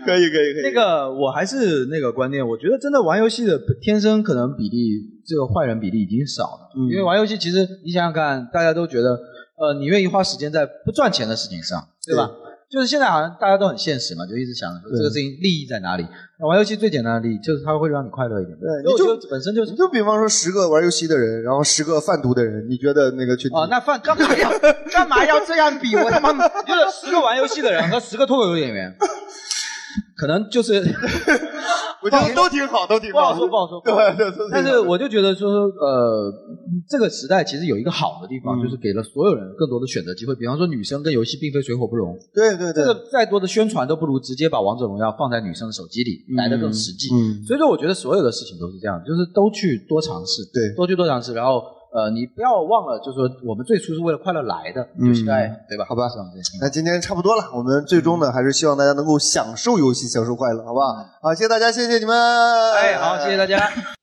可以可以可以。
那个，我还是那个观念，我觉得真的玩游戏的天生可能比例，这个坏人比例已经少了，因为玩游戏其实你想想看，大家都觉得，呃，你愿意花时间在不赚钱的事情上，对吧？就是现在好像大家都很现实嘛，就一直想着说
对
这个事情利益在哪里。那玩游戏最简单的利益就是它会嗯让你快乐一点。
对，
所以
你
我觉得
就
本身就是，嗯
你就比方说十个玩游戏的人，然后十个贩毒的人，你觉得哦那个群体？
啊，那饭干嘛要
哎干嘛要这样比？我他妈不
是十个玩游戏的人和十个脱口秀演员，可能就是
我觉得哦都挺好，都挺
好，不好说，不好说。
对对对
但是我就觉得说，呃，这个时代其实有一个好的地
嗯
方，就是给了所有人更多的选择机会。比方说，女生跟游戏并非水火不容。
对对对，
这个再多的宣传都不如直接把王者荣耀放在女生的手机里来的更实际。
嗯
所以说，我觉得所有的事情都是这样，就是都去多尝试，
对，
多去多尝试，然后。呃，你不要忘了，就是说我们最初是为了快乐来的，
嗯
就是爱，对嗯吧？
好吧
是这样子
那今天差不多了，我们最终呢还是希嗯望大家能够享受游戏，享受快乐，好不好？好，谢谢大家，谢谢你们。
哎，好，谢谢大家。